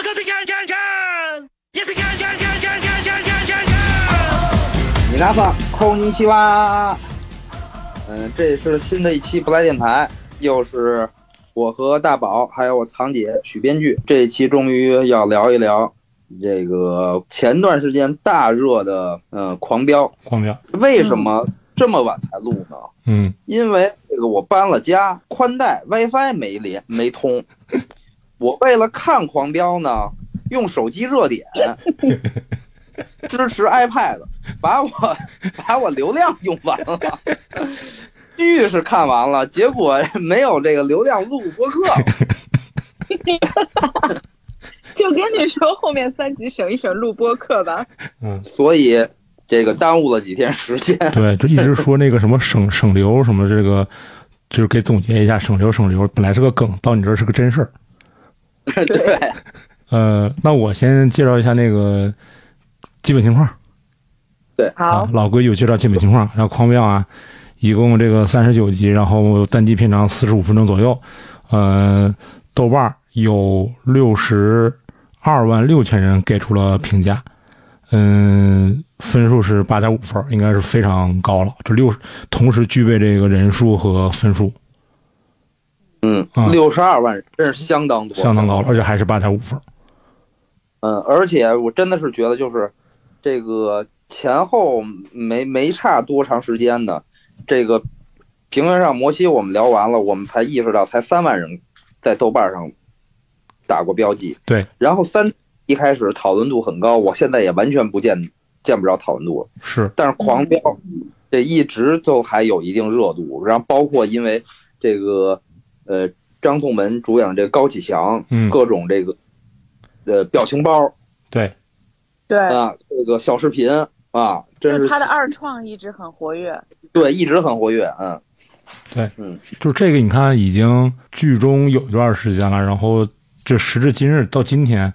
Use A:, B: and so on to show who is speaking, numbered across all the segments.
A: 看看看，也是看看看看看看看看看。
B: 米拉萨空尼奇哇，嗯，这是新的一期不来电台，又是我和大宝，还有我堂姐许编剧。这一期终于要聊一聊这个前段时间大热的呃《狂飙》，
C: 狂飙，
B: 为什么这么晚才录呢？
C: 嗯，
B: 因为这个我搬了家，宽带 WiFi 没连没通，我为了看狂飙呢，用手机热点支持 iPad，把我把我流量用完了，剧是看完了，结果没有这个流量录播 客，
D: 就跟你说后面三集省一省录播课吧。
B: 所以这个耽误了几天时间。
C: 对，就一直说那个什么省省流什么这个，就是给总结一下省流省流，本来是个梗，到你这儿是个真事儿。
B: 对，
C: 啊呃，那我先介绍一下那个基本情况啊
D: 好，，
C: 老规矩介绍基本情况，然后狂飙啊，一共这个三十九集，然后单集片长四十五分钟左右，呃，豆瓣儿有六十二万六千人给出了评价，嗯，分数是八点五分儿，应该是非常高了，这六同时具备这个人数和分数
B: 嗯
C: 啊，
B: 六十二万人真是相当多，
C: 相当高了，而且还是八点五分儿，
B: 嗯，而且我真的是觉得，就是这个前后没没差多长时间的，这个平原上摩西我们聊完了，我们才意识到才三万人在豆瓣上打过标记。
C: 对，
B: 然后三一开始讨论度很高，我现在也完全不见见不着讨论度了，
C: 是
B: 但是狂飙这一直都还有一定热度，然后包括因为这个呃张颂文主演的这个高启强，
C: 嗯
B: 各种这个呃表情包。
C: 对，
D: 对，
B: 啊，这个小视频啊，真
D: 呃就是哎他的二创一直很活跃。
B: 对一直很活跃，嗯，
C: 就这个你看已经剧中有一段时间了，然后这时至今日到今天，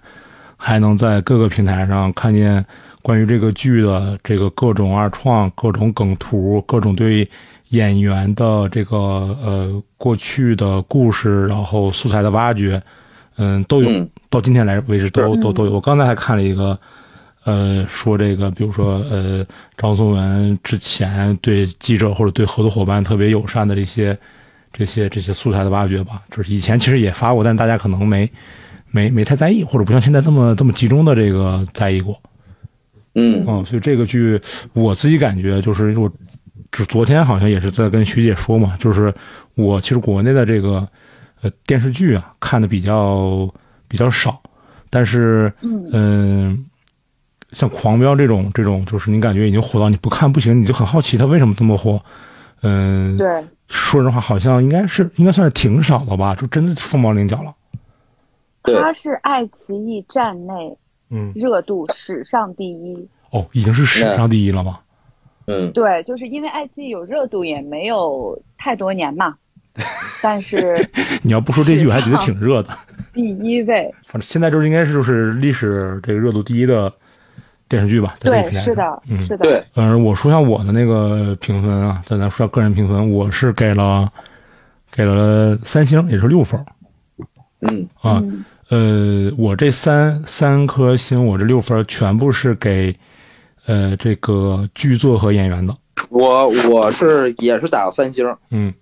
C: 还能在各个平台上看见关于这个剧的这个各种二创、各种梗图、各种对演员的这个呃过去的故事，然后素材的挖掘，嗯，都有。
B: 嗯
C: 到今天来为止都
D: 是
C: 都都有。我刚才还看了一个，呃，说这个，比如说呃，张颂文之前对记者或者对合作伙伴特别友善的这些这些这些素材的挖掘吧，就是以前其实也发过，但大家可能没没没太在意，或者不像现在这么这么集中的这个在意过。
B: 嗯
C: 嗯，所以这个剧我自己感觉就是我，就昨天好像也是在跟徐姐说嘛，就是我其实国内的这个呃电视剧啊看的比较比较少，但是
D: 嗯，
C: 嗯，像《狂飙》这种这种，就是你感觉已经火到你不看不行，你就很好奇它为什么这么火。嗯，
D: 对，
C: 说实话，好像应该是应该算是挺少的吧，就真的凤毛麟角了。
B: 对
D: 他是爱奇艺站内
C: 嗯，
D: 热度史上第一。
C: 哦，已经是史上第一了吧？
B: 嗯，
D: 对，就是因为爱奇艺有热度也没有太多 年嘛，但是
C: 你要不说这剧，我还觉得
D: 史上
C: 挺热的。
D: 第一位，
C: 反正现在就是应该是就是历史这个热度第一的电视剧吧， 在这个
D: 对，
C: 平台
D: 是的，
C: 嗯，
D: 是的，
B: 对，
C: 嗯，我说一下我的那个评分啊，咱咱说一下个人评分，我是给了给了三星，也是六分儿
B: 嗯
C: 啊。
D: 嗯
C: 呃，我这三三颗星，我这六分儿全部是给呃这个剧作和演员的。
B: 我我是也是打了三星，
C: 嗯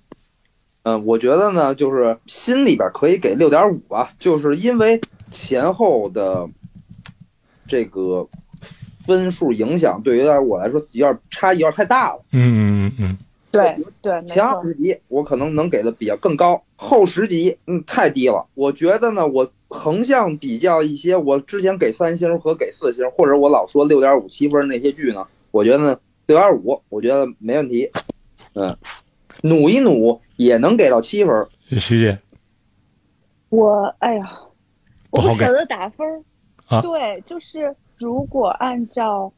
B: 嗯，我觉得呢，就是心里边可以给六点五吧，就是因为前后的这个分数影响，对于我来说有点差异有点太大了。
C: 嗯嗯嗯
D: 对，对，没
B: 前
D: 错
B: 二，十集我可能能给的比较更高，后十集嗯太低了。我觉得呢，我横向比较一些我之前给三星和给四星，或者我老说六点五七分那些剧呢，我觉得六点五我觉得没问题，嗯，努一努也能给到七分。
C: 嗯，徐姐，
D: 我哎呀，我
C: 不好
D: 舍
C: 改
D: 得打分儿。
C: 啊
D: 对，就是如果按照，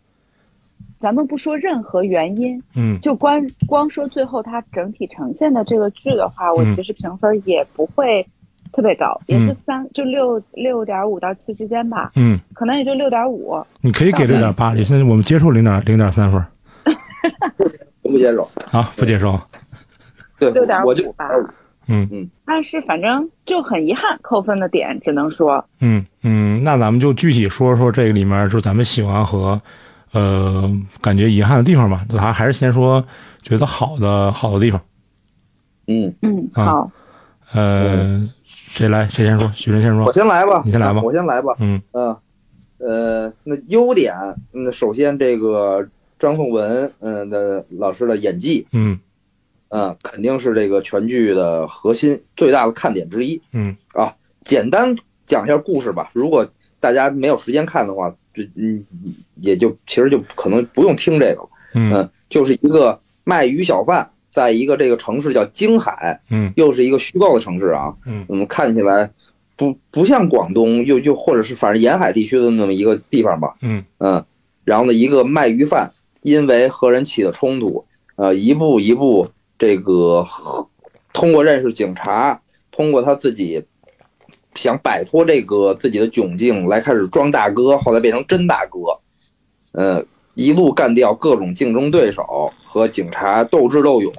D: 咱们不说任何原因，
C: 嗯
D: 就光光说最后它整体呈现的这个剧的话，我
C: 嗯
D: 其实评分也不会特别高，
C: 嗯
D: 也是三就六六点五到七之间吧，
C: 嗯，
D: 可能也就六点五。
C: 你可以给六点八，现在我们接受零点零点三分儿
B: 我不接受，
C: 啊，不接受。
B: 对，
D: 6.5
B: 我就
D: 吧
C: 嗯
D: 但是反正就很遗憾，扣分的点只能说
C: 嗯嗯，那咱们就具体说说这个里面，就咱们喜欢和呃感觉遗憾的地方吧。咱还是先说觉得好的好的地方。
B: 嗯，
D: 嗯
C: 啊
D: 好，
C: 呃，谁来谁先说？许晨先
B: 我
C: 说。
B: 先来吧，
C: 你先来吧
B: 我先来吧。
C: 嗯
B: 嗯，呃，那优点，那首先这个张颂文，嗯的老师的演技，
C: 嗯
B: 嗯，肯定是这个全剧的核心最大的看点之一。
C: 嗯
B: 啊，简单讲一下故事吧。如果大家没有时间看的话，就嗯，也就其实就可能不用听这个了。
C: 嗯
B: 嗯，就是一个卖鱼小贩，在一个这个城市叫京海，
C: 嗯
B: 又是一个虚构的城市啊。
C: 嗯
B: 嗯，看起来不不像广东，又又或者是反正沿海地区的那么一个地方吧。
C: 嗯
B: 嗯，然后呢，一个卖鱼贩因为和人起了冲突，呃，一步一步这个和通过认识警察，通过他自己想摆脱这个自己的窘境，来开始装大哥，后来变成真大哥，呃，一路干掉各种竞争对手，和警察斗智斗勇，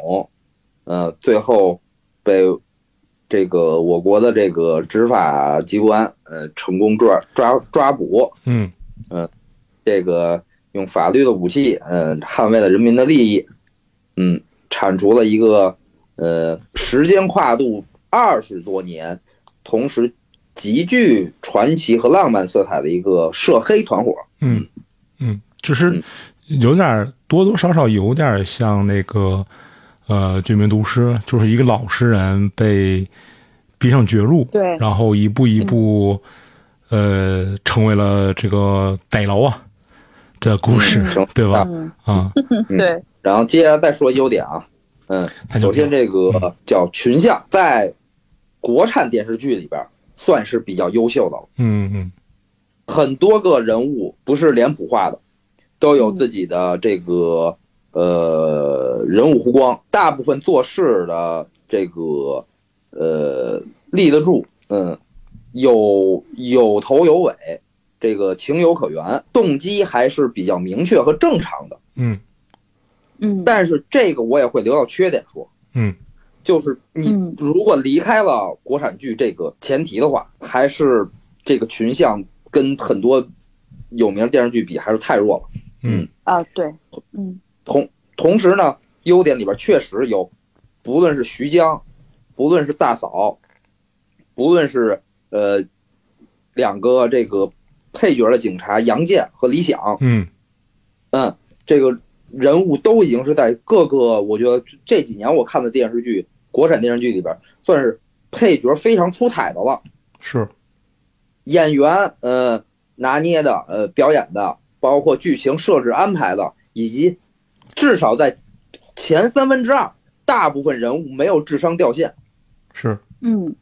B: 呃，最后被。这个我国的这个执法机关，呃，成功抓抓抓捕，
C: 嗯
B: 这个用法律的武器，嗯、捍卫了人民的利益，嗯，铲除了一个呃时间跨度二十多年，同时极具传奇和浪漫色彩的一个涉黑团伙。
C: 嗯嗯，就是有点儿多多少少有点儿像那个呃《绝命毒师》，就是一个老实人被逼上绝路，
D: 对
C: 然后一步一步呃成为了这个逮牢啊的故事
B: 嗯成，
C: 对吧？
D: 嗯，
C: 啊，
B: 嗯
D: 对，
B: 然后接下来再说优点啊，嗯，
C: 他就
B: 首先这个叫群像，在国产电视剧里边算是比较优秀的了。
C: 嗯嗯
B: 很多个人物不是脸谱化的，都有自己的这个呃人物弧光。大部分做事的这个呃立得住，嗯，有有头有尾，这个情有可原，动机还是比较明确和正常的。
C: 嗯
D: 嗯
B: 但是这个我也会留到缺点说，
C: 嗯
B: 就是你
D: 嗯
B: 如果离开了国产剧这个前提的话，还是这个群像跟很多有名电视剧比还是太弱了。
C: 嗯
D: 啊对，嗯
B: 同同时呢，优点里边确实有，不论是徐江，不论是大嫂，不论是呃两个这个配角的警察杨健和李想，
C: 嗯
B: 嗯，这个人物都已经是在各个我觉得这几年我看的电视剧，国产电视剧里边算是配角非常出彩的了。
C: 是
B: 演员呃拿捏的呃表演的，包括剧情设置安排的，以及至少在前三分之二，大部分人物没有智商掉线，
C: 是
D: 嗯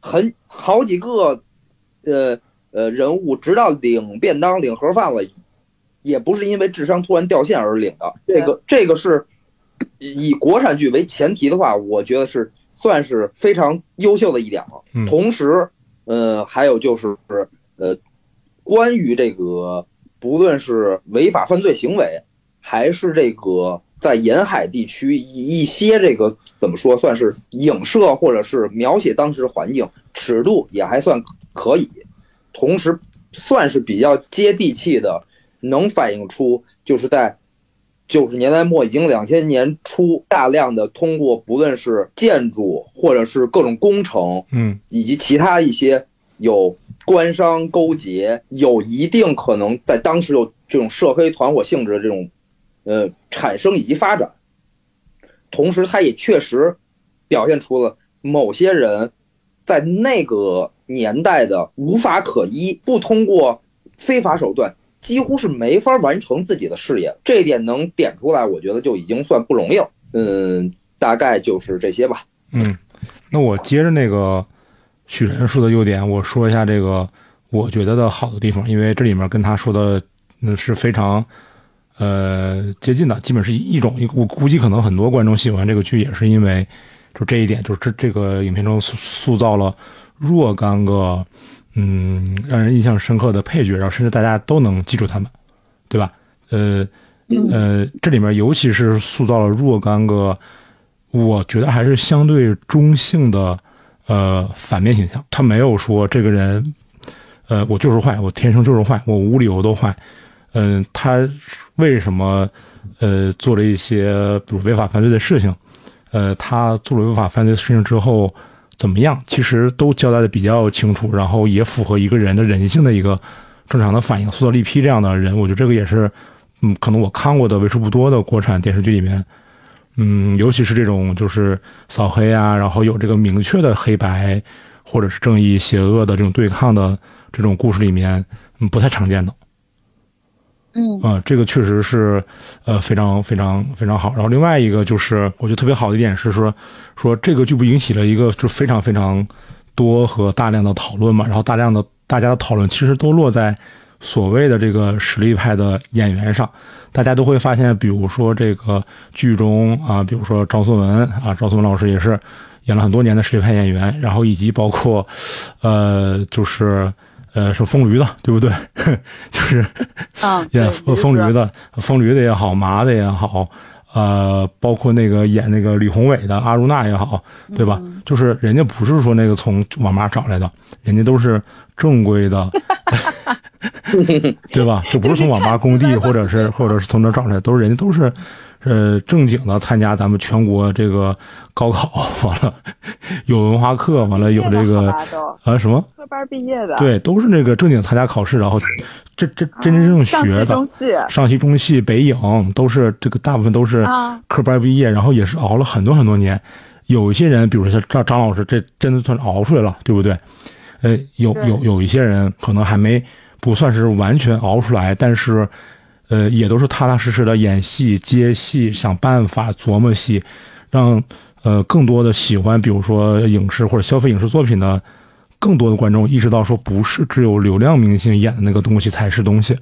B: 很好几个呃呃人物直到领便当领盒饭了，也不是因为智商突然掉线而领的。这个这个是以国产剧为前提的话，我觉得是算是非常优秀的一点了。
C: 嗯
B: 同时，呃，还有就是呃，关于这个不论是违法犯罪行为，还是这个在沿海地区一一些这个怎么说，算是影射或者是描写当时环境，尺度也还算可以，同时算是比较接地气的，能反映出就是在。九十年代末，已经两千年初，大量的通过不论是建筑或者是各种工程，
C: 嗯
B: 以及其他一些有官商勾结、有一定可能在当时有这种涉黑团伙性质的这种，呃，产生以及发展。同时，它也确实表现出了某些人在那个年代的无法可依，不通过非法手段，几乎是没法完成自己的事业。这一点能点出来，我觉得就已经算不容易了。嗯，大概就是这些吧。
C: 嗯。那我接着那个许晨说的优点，我说一下这个我觉得的好的地方，因为这里面跟他说的嗯是非常呃接近的，基本是一种。我估计可能很多观众喜欢这个剧，也是因为就这一点，就是这这个影片中塑塑造了若干个嗯让人印象深刻的配角，然后甚至大家都能记住他们，对吧？呃
D: 嗯
C: 呃，这里面尤其是塑造了若干个我觉得还是相对中性的，呃，反面形象。他没有说这个人，呃，我就是坏，我天生就是坏，我无理由都坏。嗯、他为什么，呃，做了一些比如违法犯罪的事情？呃，他做了违法犯罪的事情之后怎么样？其实都交代的比较清楚，然后也符合一个人的人性的一个正常的反应。塑造力批这样的人，我觉得这个也是，嗯，可能我看过的为数不多的国产电视剧里面，嗯，尤其是这种就是扫黑啊，然后有这个明确的黑白或者是正义邪恶的这种对抗的这种故事里面，嗯，不太常见的。
D: 嗯
C: 啊、这个确实是，呃，非常非常非常好。然后另外一个就是，我觉得特别好的一点是说，说这个剧不引起了一个就非常非常多和大量的讨论嘛，然后大量的大家的讨论其实都落在所谓的这个实力派的演员上，大家都会发现，比如说这个剧中啊，比如说张颂文啊，张颂文老师也是演了很多年的实力派演员，然后以及包括，呃，就是呃是风驴的，对不对？ 就是
D: 啊，
C: 演
D: 对
C: 风风驴，的，风驴的也好，麻的也好，呃，包括那个演那个李宏伟的阿如那也好，对吧？就是人家不是说那个从网吧找来的，人家都是正规的，
B: 嗯
C: 对吧？就不是从网吧工地或者是或者是从这找来的，都是人家都是。呃，正经的参加咱们全国这个高考，完了有文化课，完了有这个
D: 科班都
C: 啊什么？
D: 科班毕业的，
C: 对，都是那个正经参加考试，然后这这真真正正
D: 上
C: 学的。哦
D: 戏中戏，
C: 上戏、中戏、北影都是这个，大部分都是
D: 啊
C: 科班毕业，然后也是熬了很多很多年。有一些人，比如像张张老师，这真的算是熬出来了，对不对？呃，有
D: 对
C: 有有一些人可能还没不算是完全熬出来，但是呃，也都是踏踏实实的演戏、接戏、想办法琢磨戏，让呃更多的喜欢，比如说影视或者消费影视作品的更多的观众意识到，说不是只有流量明星演的那个东西才是东西。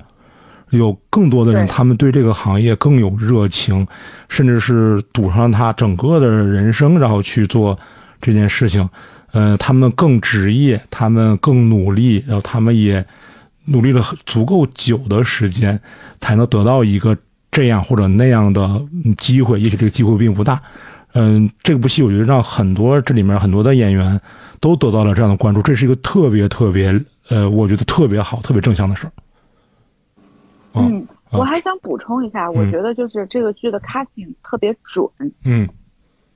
C: 有更多的人，
D: 对
C: 他们对这个行业更有热情，甚至是赌上他整个的人生，然后去做这件事情。呃，他们更职业，他们更努力，然后他们也努力了很足够久的时间，才能得到一个这样或者那样的嗯机会。也许这个机会并不大。嗯，这部戏我觉得让很多这里面很多的演员都得到了这样的关注，这是一个特别特别呃，我觉得特别好、特别正向的事儿。
D: 嗯，
C: 啊
D: 我还想补充一下，我
C: 嗯
D: 觉得就是这个剧的 casting 特别准，
C: 嗯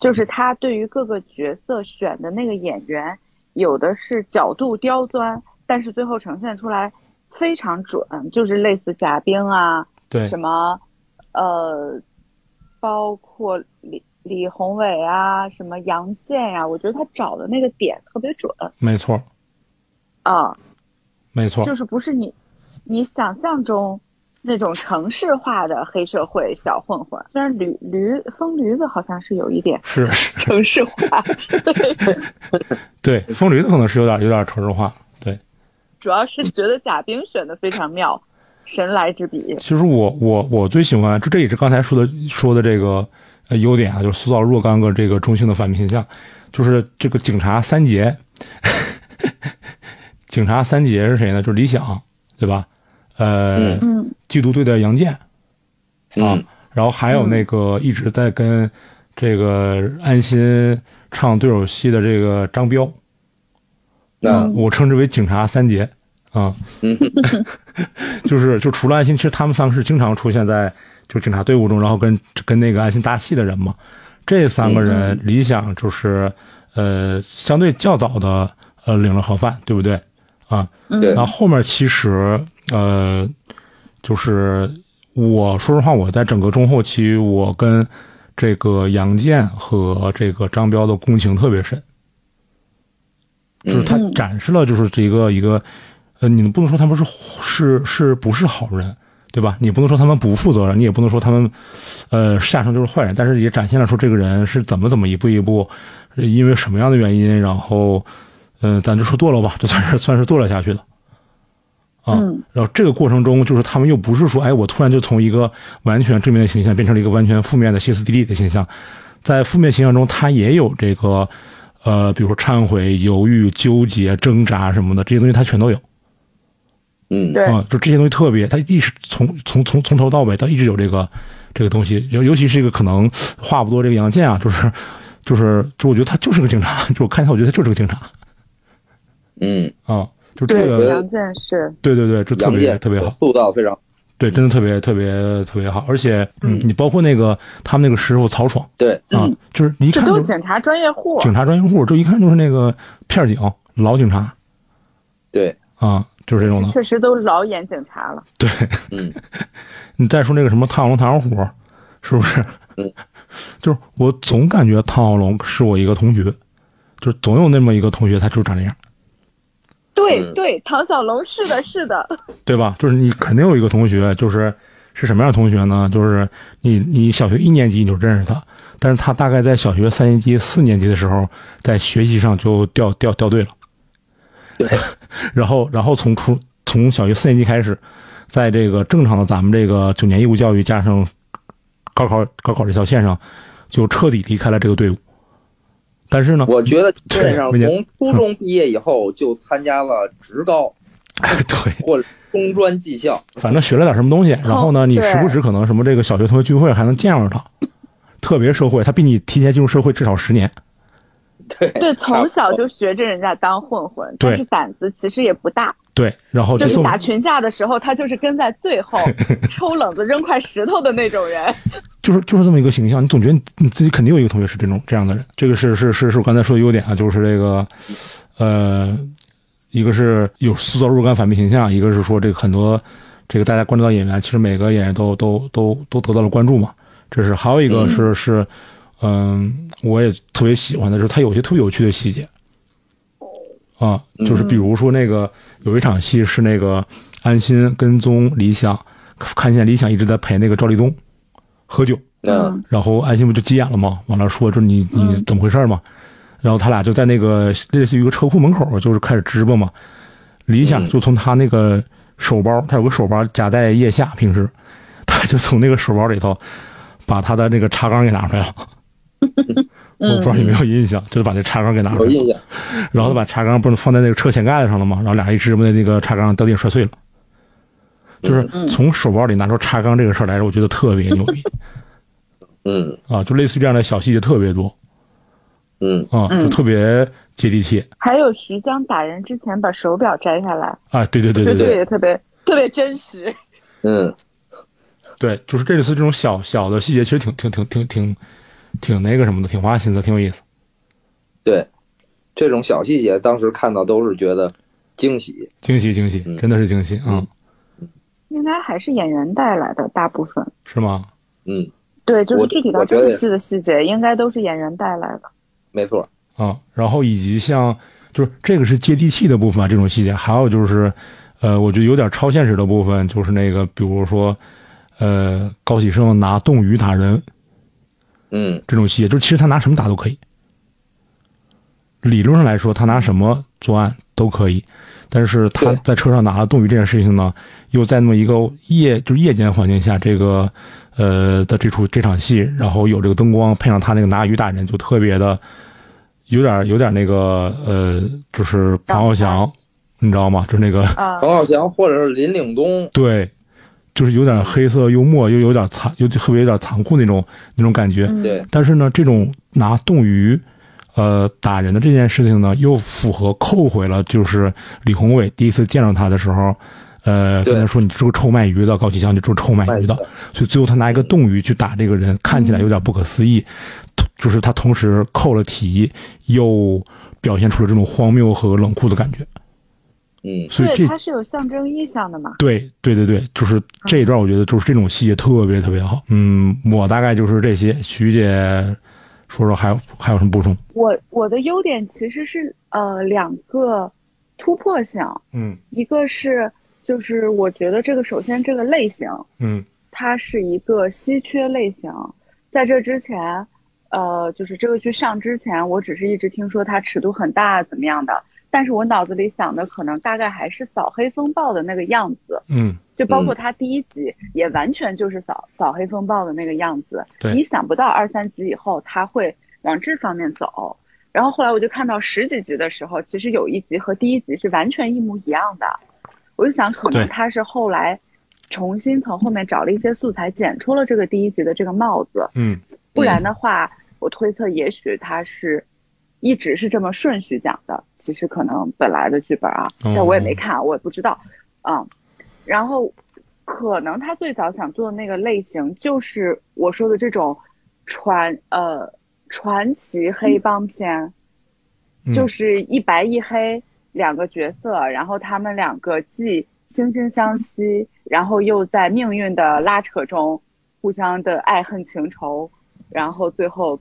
D: 就是他对于各个角色选的那个演员，有的是角度刁钻，但是最后呈现出来非常准，就是类似贾冰啊，
C: 对
D: 什么，呃，包括李李宏伟啊，什么杨健呀、我觉得他找的那个点特别准
C: 没错，
D: 啊，
C: 没错，
D: 就是不是你你想象中那种城市化的黑社会小混混，虽然驴驴疯驴子好像是有一点
C: 是是，
D: 城市化， 对。
C: 对，风驴子可能是有点有点城市化。对，
D: 主要是觉得贾冰选的非常 妙，神来之笔。
C: 其实我我我最喜欢，这这也是刚才说的说的这个呃优点啊，就是塑造若干个这个中性的反面形象，就是这个警察三杰， 警察三杰是谁呢？就是李想，对吧？呃，
B: 嗯
D: 嗯，
C: 缉毒队的杨健，
B: 嗯，
C: 然后还有那个一直在跟这个安心唱对手戏的这个张彪，
B: 那
C: 我称之为警察三杰啊，
B: 嗯，
C: 就是就除了安心，其实他们三个是经常出现在就警察队伍中，然后跟跟那个安心搭戏的人嘛。这三个人理想就是呃相对较早的呃领了盒饭，对不对啊？
B: 对
C: 那后面其实呃，就是我说实话，我在整个中后期，我跟这个杨健和这个张彪的共情特别深，就是他
D: 嗯
C: 展示了就是这个一个，呃，你不能说他们是是是不是好人，对吧？你不能说他们不负责任，你也不能说他们，呃，下生就是坏人，但是也展现了说这个人是怎么怎么一步一步，呃因为什么样的原因，然后，嗯、咱就说堕落吧，就算是算是堕落下去的。啊，
D: 嗯
C: 然后这个过程中，就是他们又不是说，哎，我突然就从一个完全正面的形象变成了一个完全负面的歇斯底里的形象，在负面形象中，他也有这个，呃，比如说忏悔、犹豫、纠结、挣扎什么的这些东西，他全都有。
B: 嗯，
D: 对，
C: 啊、就这些东西特别，他一直从从从从头到尾，他一直有这个这个东西，尤尤其是一个可能话不多这个杨健啊，就是就是就我觉得他就是个警察， 就我看他，我觉得他就是个警察
B: 嗯，
C: 啊，就这
D: 对，
C: 个，
D: 杨健是
C: 对对对，这特
B: 杨
C: 别
B: 健
C: 特别好。
B: 塑造非常
C: 对，真的特别特别特别好，而且、嗯
B: 嗯、
C: 你包括那个他们那个师傅曹闯
B: 对，
C: 啊，
D: 嗯
C: 就是你一
D: 这
C: 看
D: 都
C: 就是
D: 警察专业户，啊
C: 警察专业户，就一看就是那个片儿警老警察
B: 对，
C: 啊，就是这种的。
D: 确实都老演警察了。
C: 对
B: 嗯，
C: 你再说那个什么汤小龙、唐小虎，是不是？
B: 嗯，
C: 就是我总感觉汤小龙是我一个同学，就是总有那么一个同学，他就长这样，
D: 对
B: 嗯
D: 对，唐小龙是的，是的，
C: 对吧？就是你肯定有一个同学，就是是什么样的同学呢？就是你你小学一年级你就认识他，但是他大概在小学三年级、四年级的时候，在学习上就掉掉掉队了。
B: 对，
C: 然后然后从初从小学四年级开始，在这个正常的咱们这个九年义务教育加上高考高考这条线上，就彻底离开了这个队伍。但是呢，
B: 我觉得基本上
C: 对嗯
B: 从初中毕业以后就参加了职高
C: 对，
B: 或者中专技校，
C: 反正学了点什么东西，然后呢，你
D: 对
C: 时不时可能什么这个小学同学聚会还能见着他，特别社会，他比你提前进入社会至少十年。
D: 对，从
B: 差
D: 小
B: 不多
D: 就学着人家当混混，
C: 对
D: 但是胆子其实也不大，
C: 对，然后
D: 就
C: 就是这
D: 打
C: 么
D: 群架的时候，他就是跟在 最后，抽冷子扔块石头的那种人。
C: 就是就是这么一个形象，你总觉得你你自己肯定有一个同学是这种这样的人，这个是是是是我刚才说的优点啊，就是这个，呃，一个是有塑造若干反面形象，一个是说这个很多这个大家关注到演员，其实每个演员都都都都得到了关注嘛，这是还有一个是、是，嗯、我也特别喜欢的是他有些特别有趣的细节，啊，就是比如说那个有一场戏是那个安心跟踪李想，看见李想一直在陪那个赵立东喝酒，
B: 嗯，
C: 然后安心不就急眼了吗？完了说就是你你
D: 嗯
C: 怎么回事嘛？然后他俩就在那个类似于一个车库门口，就是开始支吧嘛。李想
B: 嗯
C: 就从他那个手包，他有个手包夹在腋下，平时 他就从那个手包里头把他的那个茶缸给拿 出来了。我不知道你有没有印象，就是把那茶缸给拿出
B: 嗯有
C: 来了。
B: 印象，
C: 然后他把茶缸不是放在那个车前盖子上了吗？然后俩人一直把那个茶缸掉地上摔碎了。就是
D: 嗯
C: 从手包里拿出茶缸这个事儿来说，我觉得特别牛逼
B: 嗯
C: 啊！就类似于这样的小细节特别多
B: 嗯
C: 啊，
D: 嗯
C: 就特别接地气
D: 还有徐江打人之前把手表摘下来，
C: 啊！对对对
D: 就
C: 对
D: 这
C: 对
D: 也特别特别 真实。
B: 嗯，
C: 对，就是这类似这种小小的细节，其实挺挺挺挺挺挺那个什么的，挺花心思，挺有意思。
B: 对，这种小细节当时看到都是觉得惊喜，
C: 惊喜惊喜，
B: 嗯
C: 真的是惊喜啊、
B: 嗯
D: 应该还是演员带来的大部分。
C: 是吗？
B: 嗯，
D: 对，就是
B: 我
D: 具体到
B: 我觉得
D: 这么
B: 也
D: 细的细节，应该都是演员带来的。
B: 没错，
C: 啊，然后以及像就是这个是接地气的部分啊，这种细节，还有就是，呃，我觉得有点超现实的部分，就是那个比如说，呃，高启盛拿冻鱼打人
B: 嗯
C: 这种细节，就是其实他拿什么打都可以，理论上来说他拿什么作案都可以，但是他
B: 对
C: 在车上拿了冻鱼这件事情呢，又在那么一个夜就是夜间环境下，这个呃的这出这场戏，然后有这个灯光配上他那个拿鱼打人，就特别的。有点有点那个呃，就是彭浩翔，你知道吗？就是那个
D: 啊
B: 彭，浩翔或者是林岭东，
C: 对，就是有点黑色幽默，又有点残，又特别有点残酷那种那种感觉。
D: 嗯
B: 对，
C: 但是呢，这种拿冻鱼呃打人的这件事情呢，又符合扣回了就是李宏伟第一次见到他的时候。呃，
B: 对
C: 跟他说你是个臭卖鱼的，高启强你是个臭卖鱼的
B: 卖鱼，
C: 所以最后他拿一个冻鱼去打这个人，看起来有点不可思议，就是他同时扣了题，又表现出了这种荒谬和冷酷的感觉，
B: 嗯
C: 所以
D: 对，
C: 这
D: 它是有象征意象的嘛。
C: 对对对对，就是这一段，我觉得就是这种细节特别特别好。嗯，我大概就是这些。徐姐，说说还有还有什么补充？
D: 我我的优点其实是呃两个突破性，
C: 嗯
D: 一个是就是我觉得这个首先这个类型
C: 嗯
D: 它是一个稀缺类型，在这之前，呃，就是这个去上之前，我只是一直听说它尺度很大怎么样的，但是我脑子里想的可能大概还是扫黑风暴的那个样子，
C: 嗯，
D: 就包括
B: 嗯
D: 他第一集也完全就是扫扫黑风暴的那个样子，
C: 对
D: 你想不到二三集以后他会往这方面走。然后后来我就看到十几集的时候，其实有一集和第一集是完全一模一样的，我就想可能
C: 对
D: 他是后来重新从后面找了一些素材剪出了这个第一集的这个帽子，
C: 嗯
D: 不然的话，我推测也许它是一直是这么顺序讲的，其实可能本来的剧本啊，
C: 哦
D: 但我也没看，我也不知道，啊，然后可能他最早想做的那个类型就是我说的这种传呃传奇黑帮片，
C: 嗯
D: 就是一白一黑两个角色，然后他们两个既惺惺相惜，然后又在命运的拉扯中互相的爱恨情仇，然后最后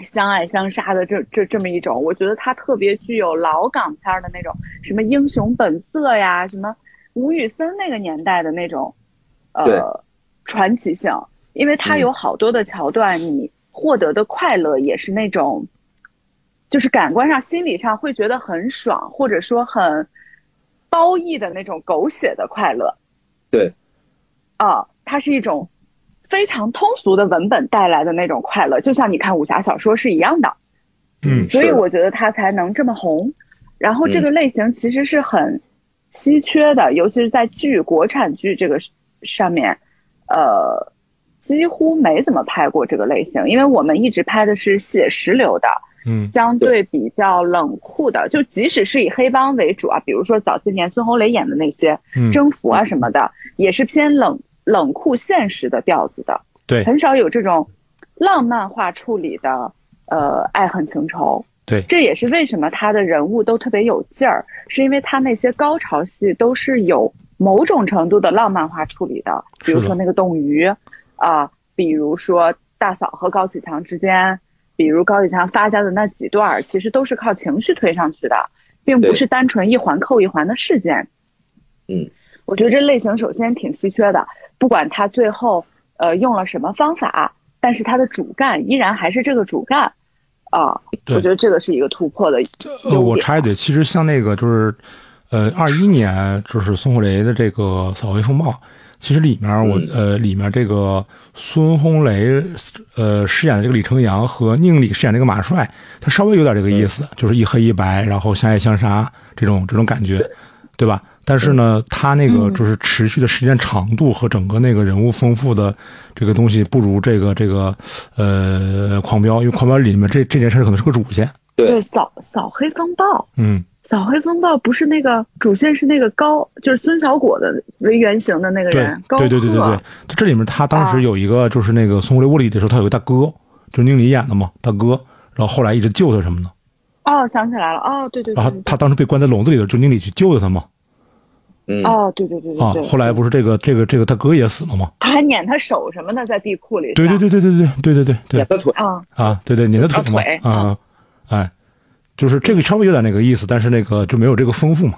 D: 相爱相杀的这这这么一种，我觉得它特别具有老港片儿的那种什么英雄本色呀，什么吴宇森那个年代的那种，
B: 对
D: 呃，传奇性，因为它
B: 嗯
D: 有好多的桥段，你获得的快乐也是那种，就是感官上、心理上会觉得很爽，或者说很褒义的那种狗血的快乐。
B: 对，
D: 啊，它是一种非常通俗的文本带来的那种快乐，就像你看武侠小说是一样的。
C: 嗯
D: 所以
B: 是嗯
D: 我觉得它才能这么红。然后这个类型其实是很稀缺的，尤其是在剧国产剧这个上面，呃，几乎没怎么拍过这个类型，因为我们一直拍的是写实流的，
C: 嗯
D: 相对比较冷酷的，就即使是以黑帮为主啊，比如说早些年孙红雷演的那些
C: 嗯，
D: 征服啊什么的，也是偏冷冷酷现实的调子的，
C: 对
D: 很少有这种浪漫化处理的呃爱恨情仇。
C: 对，
D: 这也是为什么他的人物都特别有劲儿，是因为他那些高潮戏都是有某种程度的浪漫化处理的，比如
C: 是的
D: 说那个冻鱼，啊、比如说大嫂和高启强之间，比如高启强发家的那几段儿，其实都是靠情绪推上去的，并不
B: 对
D: 是单纯一环扣一环的事件。
B: 嗯，
D: 我觉得这类型首先挺稀缺的，不管他最后呃用了什么方法，但是他的主干依然还是这个主干，啊、
C: 对
D: 我觉得这个是一个突破的优
C: 呃，
D: 点。
C: 我插一嘴，其实像那个就是，呃，二一年就是孙红雷的这个《扫黑风暴》，其实里面我、
B: 嗯
C: 呃里面这个孙红雷呃饰演的这个李成阳和宁理饰演这个马帅，他稍微有点这个意思，就是一黑一白，然后相爱相杀这种这种感觉，对吧？但是呢，他那个
D: 嗯
C: 就是持续的时间长度和整个那个人物丰富的这个东西，不如这个这个呃狂飙，因为狂飙里面这这件事可能是个主线，
D: 对扫扫黑风暴，
C: 嗯。
D: 扫黑风暴不是那个主线是那个高，就是孙小果的为原型的那个
C: 对
D: 人，高啊
C: 对对对对
D: 克
C: 对，他这里面他当时有一个就是那个孙红雷屋里的时候，他有个大哥，就是宁理演的嘛，大哥。然后后来一直救他什么的，
D: 哦，想起来了，哦，对对
C: 然
D: 对
C: 后
D: 对，
C: 他当时被关在笼子里头，就宁理去救的他嘛。
B: 嗯，
D: 哦，对对对对
C: 啊
D: 对，，
C: 后来不是这个这个这个大哥也死了嘛？
D: 他还撵他手什么的在地库里，
C: 对对
D: 是
C: 对
D: 吧，
C: 对对对对对对
B: 撵他腿，
D: 啊，
C: 啊，对对，你的腿嘛
D: 啊腿，
C: 啊，哎，就是这个稍微有点那个意思，但是那个就没有这个丰富嘛。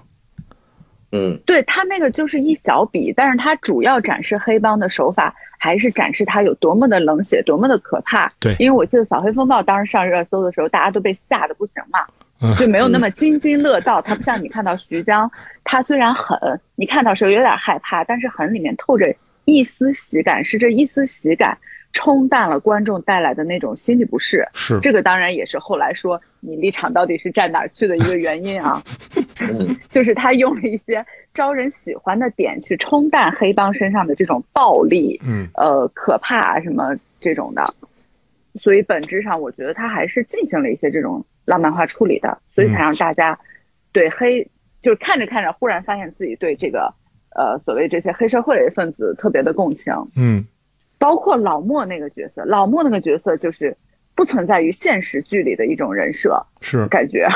B: 嗯，
D: 对他那个就是一小笔，但是他主要展示黑帮的手法，还是展示他有多么的冷血，多么的可怕。
C: 对
D: 因为我记得《扫黑风暴》当时上热搜的时候，大家都被吓得不行嘛，
C: 嗯
D: 就没有那么津津乐道。他不像你看到徐江，他虽然狠，你看到时候有点害怕，但是狠里面透着一丝喜感，是这一丝喜感冲淡了观众带来的那种心理不适。
C: 是，
D: 这个当然也是后来说你立场到底是站哪儿去的一个原因啊。
B: 嗯
D: 就是他用了一些招人喜欢的点去冲淡黑帮身上的这种暴力、
C: 嗯，
D: 呃可怕啊什么这种的，所以本质上我觉得他还是进行了一些这种浪漫化处理的，所
B: 嗯
D: 以才让大家对黑、就是看着看着忽然发现自己对这个呃所谓这些黑社会分子特别的共情，
C: 嗯，
D: 包括老莫那个角色，老莫那个角色就是不存在于现实剧里的一种人设
C: 是，
D: 感觉，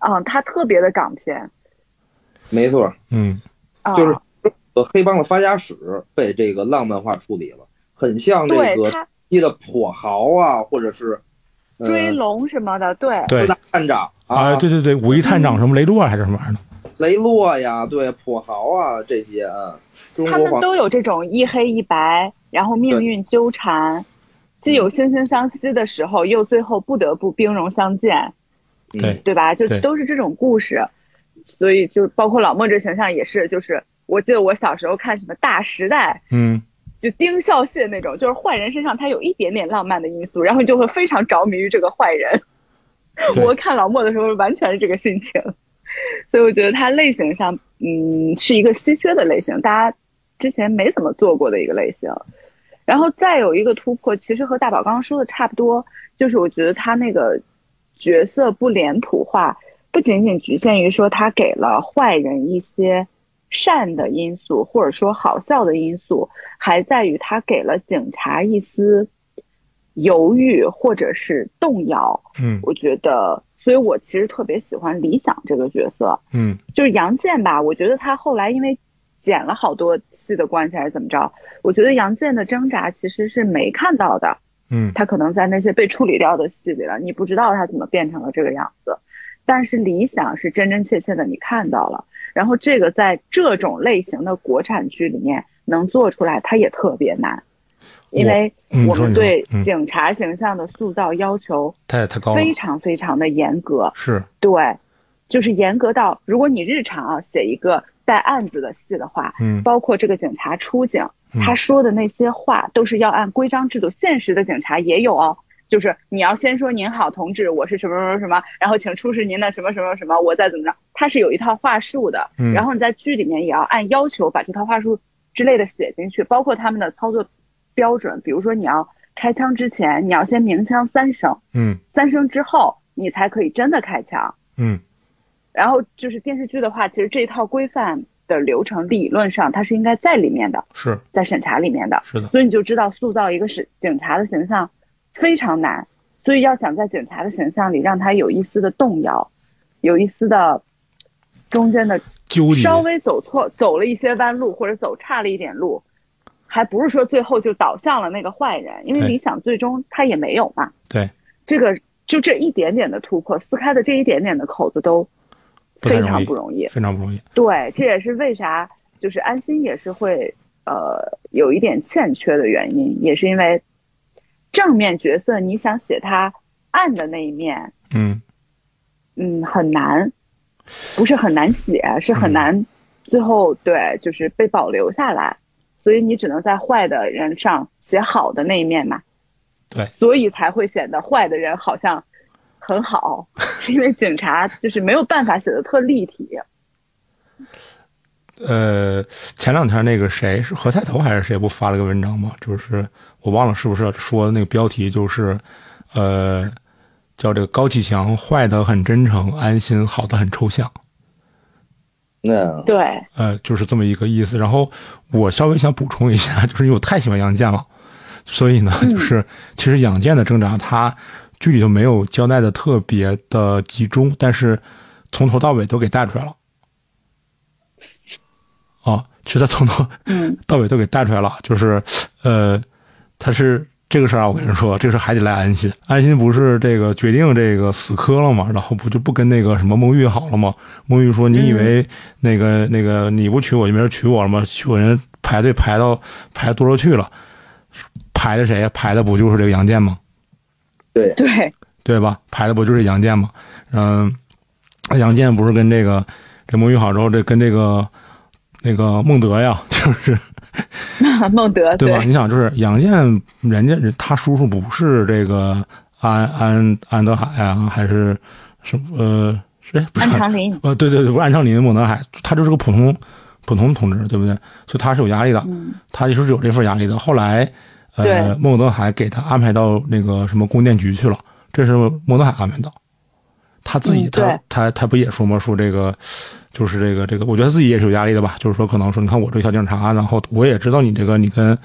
D: 嗯，他特别的港片。
B: 没错，
C: 嗯，
D: 啊
B: 就是呃黑帮的发家史被这个浪漫化处理了，很像那
D: 对
B: 个
D: 他
B: 一的跛豪啊，或者是呃
D: 追龙什么的，对，
C: 对
B: 四，大探长
C: 啊，
B: 啊，
C: 对对对，五一探长什么雷洛啊还是什么玩意儿的，
B: 雷洛呀，对，跛豪啊这些，嗯，中
D: 他
B: 国
D: 们
B: 皇
D: 都有这种一黑一白，然后命运纠缠，
B: 嗯
D: 既有惺惺相惜的时候，又最后不得不兵戎相见，
B: 嗯
C: 对
D: 对吧？就
C: 对
D: 都是这种故事，所以就包括老莫这形象也是，就是我记得我小时候看什么《大时代》。
C: 嗯，
D: 就丁孝谢那种，就是坏人身上他有一点点浪漫的因素，然后你就会非常着迷于这个坏人。
C: 对
D: 我看老莫的时候完全是这个心情，所以我觉得它类型上，嗯，是一个稀缺的类型，大家之前没怎么做过的一个类型。然后再有一个突破，其实和大宝刚刚说的差不多，就是我觉得他那个角色不脸谱化，不仅仅局限于说他给了坏人一些善的因素，或者说好笑的因素，还在于他给了警察一丝犹豫或者是动摇。
C: 嗯
D: 我觉得，所以我其实特别喜欢李想这个角色，
C: 嗯
D: 就是杨建吧，我觉得他后来因为剪了好多戏的关系还是怎么着，我觉得杨建的挣扎其实是没看到的，
C: 嗯
D: 他可能在那些被处理掉的戏里了，你不知道他怎么变成了这个样子。但是理想是真真切切的，你看到了。然后这个在这种类型的国产剧里面能做出来，它也特别难，因为
C: 嗯
D: 我
C: 说
D: 们
C: 你
D: 对
C: 说嗯哦
D: 警察形象的塑造要求
C: 太太高了，
D: 非常非常的严格。
C: 是
D: 对，就是严格到，如果你日常啊写一个带案子的戏的话，
C: 嗯
D: 包括这个警察出警，
C: 嗯
D: 他说的那些话都是要按规章制度。现实的警察也有哦，就是你要先说您好，同志，我是什么什么什么，然后请出示您的什么什么什么，我再怎么着，他是有一套话术的。
C: 嗯
D: 然后你在剧里面也要按要求把这套话术之类的写进去，包括他们的操作标准，比如说你要开枪之前，你要先鸣枪三声，
C: 嗯
D: 三声之后你才可以真的开枪。
C: 嗯
D: 然后就是电视剧的话，其实这一套规范的流程，理论上它是应该在里面的，
C: 是
D: 在审查里面的，
C: 是的，
D: 所以你就知道塑造一个是警察的形象非常难，所以要想在警察的形象里让他有一丝的动摇，有一丝的中间的
C: 纠结
D: 稍微走错走了一些弯路或者走差了一点路，还不是说最后就倒向了那个坏人，因为
C: 对
D: 理想最终他也没有嘛。
C: 对
D: 这个就这一点点的突破，撕开的这一点点的口子都
C: 不太
D: 非
C: 容易
D: 常不容易。
C: 非常不容易。
D: 对，这也是为啥就是安心也是会呃有一点欠缺的原因，也是因为正面角色你想写他暗的那一面，
C: 嗯
D: 嗯，很难，不是很难写，是很难，最后对就是被保留下来，所以你只能在坏的人上写好的那一面嘛。
C: 对
D: 所以才会显得坏的人好像很好， 是因为警察就是没有办法写的特立体。
C: 呃，前两天那个谁是何菜头还是谁不发了个文章吗？就是我忘了是不是说那个标题就是，呃，叫这个高启强坏的很真诚，安心好的很抽象，
B: 那
D: 对，
C: 呃，就是这么一个意思。然后我稍微想补充一下， 就是因为我太喜欢杨建了，所以呢，就是其实杨建的挣扎，他剧里头没有交代的特别的集中，但是从头到尾都给带出来了。啊，其实他从头
D: 嗯，
C: 到尾都给带出来了，就是，呃，他是这个事儿啊，我跟你说，这个事儿还得赖安心。安心不是这个决定这个死磕了嘛，然后不就不跟那个什么孟玉好了吗？孟玉说：“你以为那个、那个你不娶我就没人娶我了吗？娶我人排队排到排多少去了？排的谁呀？排的不就是这个杨建吗？
B: 对，
D: 对，
C: 对吧？排的不就是杨建吗？嗯，杨建不是跟这个这孟玉好之后，这跟这个那个孟德呀， 就是。”
D: 啊 孟德
C: 对吧？你想，就是杨建，人家人他叔叔不是这个安安安德海啊，还是什么呃，是哎不是
D: 安 长林，
C: 呃，对对对，不是安昌林、孟德海，他就是个普通普通同志，对不对？所以他是有压力的，
D: 嗯，
C: 他就是有这份压力的。后来，呃
D: 对，
C: 孟德海给他安排到那个什么供电局去了，这是孟德海安排的。他自己，
D: 嗯对
C: 他他他不也说吗？说这个，就是这个这个，我觉得自己也是有压力的吧。就是说，可能说，你看我这个小警察，然后我也知道你这个你跟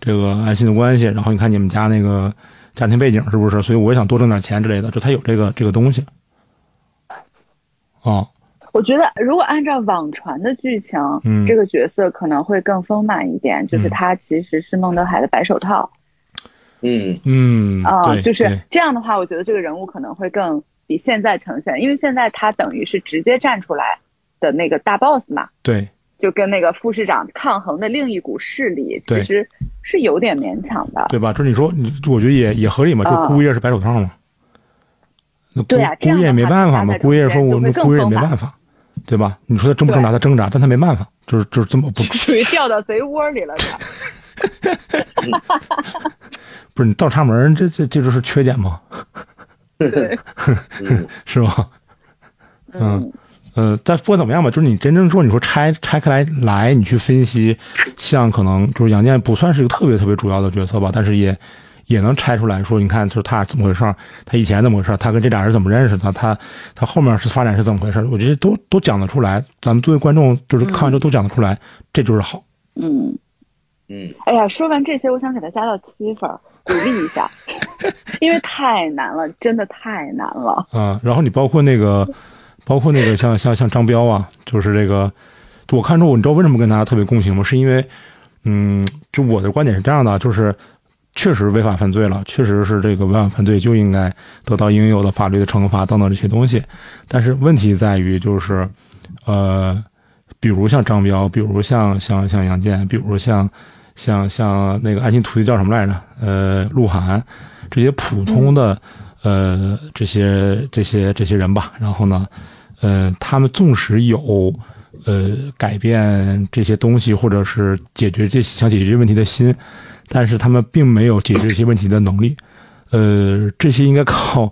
C: 这个安心的关系，然后你看你们家那个家庭背景是不是？所以我也想多挣点钱之类的，就他有这个这个东西。啊，
D: 我觉得如果按照网传的剧情，
C: 嗯
D: 这个角色可能会更丰满一点，就是
C: 嗯
D: 他其实是孟德海的白手套
B: 嗯，
C: 嗯，
D: 啊、
C: 对，
D: 就是
C: 对
D: 这样的话，我觉得这个人物可能会更比现在呈现，因为现在他等于是直接站出来的那个大 boss 嘛，
C: 对，
D: 就跟那个副市长抗衡的另一股势力，
C: 对
D: 其实是有点勉强的。
C: 对吧？就是你说，你我觉得也也合理嘛，就
D: 啊
C: 姑爷是白手套嘛，那姑
D: 对啊这
C: 姑
D: 样
C: 爷
D: 的
C: 也没
D: 话
C: 办法
D: 大
C: 嘛，
D: 家
C: 姑
D: 中
C: 爷
D: 间
C: 说我
D: 就会
C: 那
D: 更
C: 姑爷也
D: 丰
C: 没
D: 满
C: 办法，对吧？你说他挣不挣扎？他挣扎，但他没办法，就是就是这 么不
D: 属于掉到贼窝里了，
C: 不是你倒插门儿，这这这就是缺点嘛，
D: 对，
B: 嗯
C: 是吧？嗯
D: 嗯，
C: 呃，但不管怎么样吧，就是你真正说你说拆拆开来来，你去分析，像可能就是杨建不算是一个特别特别主要的角色吧，但是也也能拆出来说，你看就是他怎么回事儿，他以前怎么回事儿，他跟这俩人怎么认识的，他他后面是发展是怎么回事儿，我觉得都都讲得出来，咱们作为观众就是看完之后都讲得出来，这就是好。
D: 嗯，
B: 嗯，
D: 哎呀，说完这些，我想给他加到七分儿，鼓励一下，因为太难了，真的太难了。
C: 啊，然后你包括那个，包括那个像像像张彪啊，就是这个，就我看出我你知道为什么跟大家特别共情吗？是因为，嗯，就我的观点是这样的，啊就是确实违法犯罪了，确实是这个违法犯罪就应该得到应有的法律的惩罚等等这些东西，但是问题在于就是，呃，比如像张彪，比如像像像杨建，比如像像像那个安心徒弟叫什么来着？呃，鹿晗，这些普通的、呃这些这些这些人吧。然后呢，呃，他们纵使有呃改变这些东西，或者是解决这想解决问题的心，但是他们并没有解决这些问题的能力。呃，这些应该靠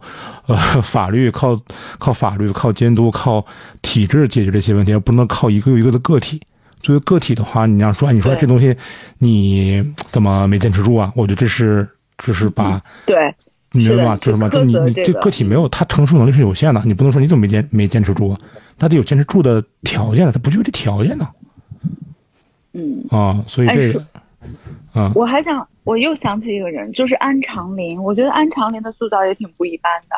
C: 呃法律、靠靠法律、靠监督、靠体制解决这些问题，而不能靠一个又一个的个体。作为个体的话，你要说，哎你说
D: 对
C: 这东西你怎么没坚持住啊？我觉得这是这是把、
D: 对，
C: 你明白吧？
D: 是的
C: 就是嘛，
D: 苛
C: 就你
D: 责
C: 你
D: 这
C: 这
D: 个
C: 个体没有，他承受能力是有限的，你不能说你怎么没坚没坚持住啊？他得有坚持住的条件的，他不具备这条件呢
D: 嗯，
C: 啊，所以
D: 哎
C: 这
D: 是
C: 个啊，
D: 我还想，我又想起一个人，就是安长林。我觉得安长林的塑造也挺不一般的，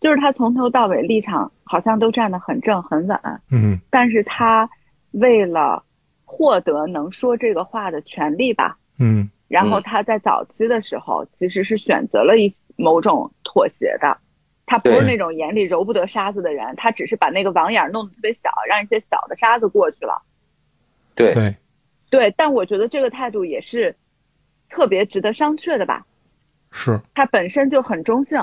D: 就是他从头到尾立场好像都站得很正很稳，
C: 嗯
D: 但是他为了获得能说这个话的权利吧，
C: 嗯
D: 然后
B: 嗯
D: 他在早期的时候其实是选择了一某种妥协的，他不是
B: 对
D: 那种眼里揉不得沙子的人，他只是把那个网眼弄得特别小，让一些小的沙子过去了。
B: 对
C: 对，
D: 对，但我觉得这个态度也是特别值得商榷的吧，
C: 是
D: 他本身就很中性。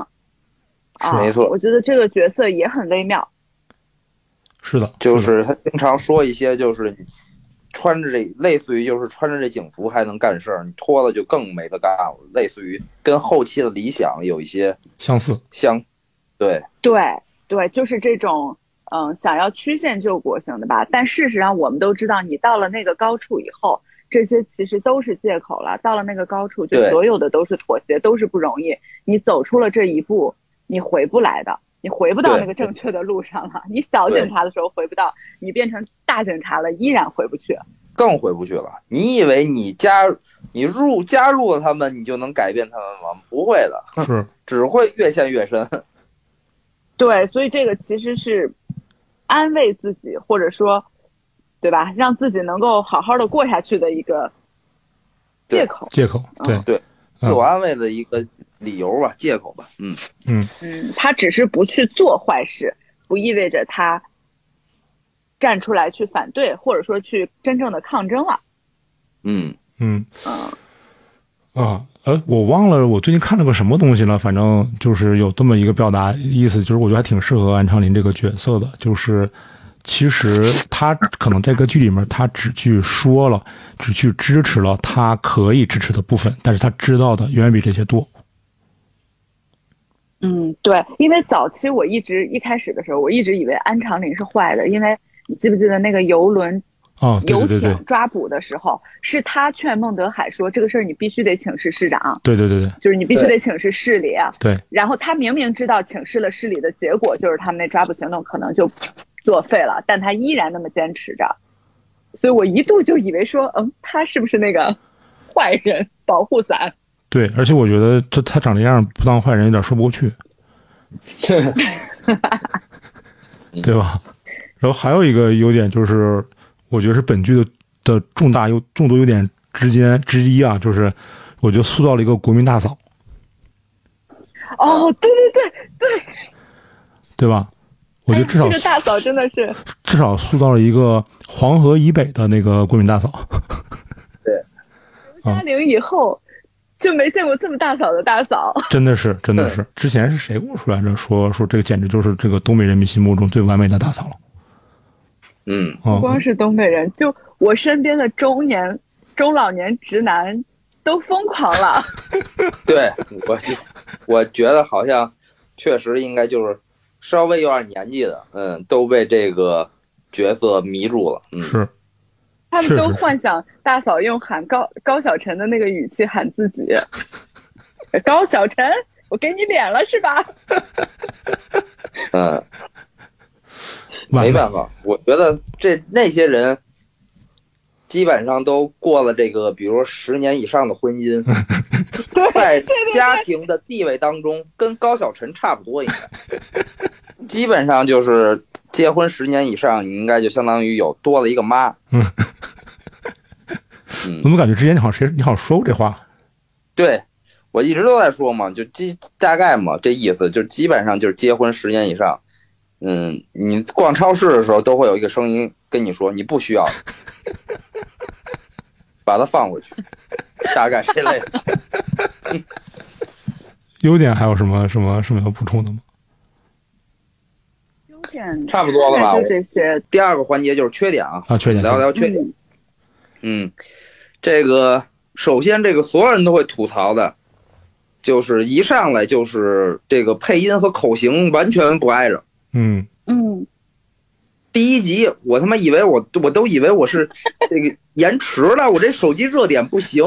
D: 啊，
B: 没错
D: 我觉得这个角色也很微妙。
C: 是的，
B: 就是他经常说一些就是穿着这类似于就是穿着这警服还能干事儿，你脱了就更没得干了，类似于跟后期的理想有一些
C: 相似，
B: 相，对
D: 对对，就是这种嗯，想要曲线救国型的吧。但事实上，我们都知道，你到了那个高处以后，这些其实都是借口了。到了那个高处，就
B: 对
D: 所有的都是妥协，都是不容易。你走出了这一步，你回不来的，你回不到
B: 对
D: 那个正确的路上了。你小
B: 对
D: 警察的时候回不到，你变成大警察了，依然回不去。
B: 更回不去了。你以为你加你入加入了他们，你就能改变他们吗？不会的，
C: 是
B: 只会越陷越深。
D: 对，所以这个其实是安慰自己，或者说，对吧，让自己能够好好的过下去的一个
B: 对
D: 借口。
C: 借口，对
B: 对，
C: 嗯
B: 自我安慰的一个理由吧，借口吧，嗯，
C: 嗯，
D: 嗯，他只是不去做坏事，不意味着他站出来去反对，或者说去真正的抗争了。
B: 嗯，
C: 嗯
D: 嗯，
C: 啊，呃，我忘了我最近看了个什么东西了，反正就是有这么一个表达意思，就是我觉得还挺适合安昌林这个角色的，就是其实他可能在这个剧里面，他只去说了，只去支持了他可以支持的部分，但是他知道的远远比这些多。
D: 嗯，对，因为早期我一直一开始的时候，我一直以为安长林是坏的，因为你记不记得那个游轮
C: 啊，对
D: 游
C: 对对对
D: 艇抓捕的时候，是他劝孟德海说这个事儿你必须得请示市长，
C: 对对对对
D: 就是你必须
B: 对
D: 得请示市里啊。
C: 对，
D: 然后他明明知道请示了市里的结果就是他们那抓捕行动可能就作废了，但他依然那么坚持着。所以我一度就以为说，嗯，他是不是那个坏人保护伞？
C: 对，而且我觉得这他长这样不当坏人有点说不过去，对吧？然后还有一个优点就是，我觉得是本剧的的重大优众多优点之间之一啊，就是我觉得塑造了一个国民大嫂，
D: 哦，对对对对，
C: 对吧？我觉得至
D: 哎
C: 少
D: 呀这个大嫂真的是，
C: 至少塑造了一个黄河以北的那个国民大嫂，啊
D: 嘉玲以后就没见过这么大嫂的大嫂。
C: 真的是真的是。之前是谁跟我说来着？说说这个简直就是这个东北人民心目中最完美的大嫂了。
B: 嗯，
C: 嗯
D: 不，光是东北人，就我身边的中年、中老年直男都疯狂了。
B: 对我就，我觉得好像确实应该就是稍微有点年纪的，嗯，都被这个角色迷住了。嗯，
C: 是
D: 他们都
C: 是是
D: 幻想大嫂用喊高高小晨的那个语气喊自己， 高小晨，我给你脸了是吧？
B: 嗯，
C: 完
B: 没
C: 了
B: 办法，我觉得这那些人基本上都过了这个，比如说十年以上的婚姻，在家庭的地位当中跟高晓晨差不多，应该基本上就是结婚十年以上，你应该就相当于有多了一个妈。嗯
C: 我怎么感觉之前你好像谁你好像说过这话？
B: 对，我一直都在说嘛，就基大概嘛，这意思就基本上就是结婚十年以上，嗯，你逛超市的时候都会有一个声音跟你说你不需要，把它放回去，大概这类的。
C: 优点还有什么什么什么要补充的吗？
D: 优 点
B: 差不多了吧
D: 就这些，
B: 第二个环节就是缺点啊，
C: 啊，缺点
B: 聊聊缺点。
D: 嗯，
B: 嗯，这个首先这个所有人都会吐槽的，就是一上来就是这个配音和口型完全不挨着。
C: 嗯，
D: 嗯，
B: 第一集，我他妈以为我我都以为我是这个 延迟了，我这手机热点不行，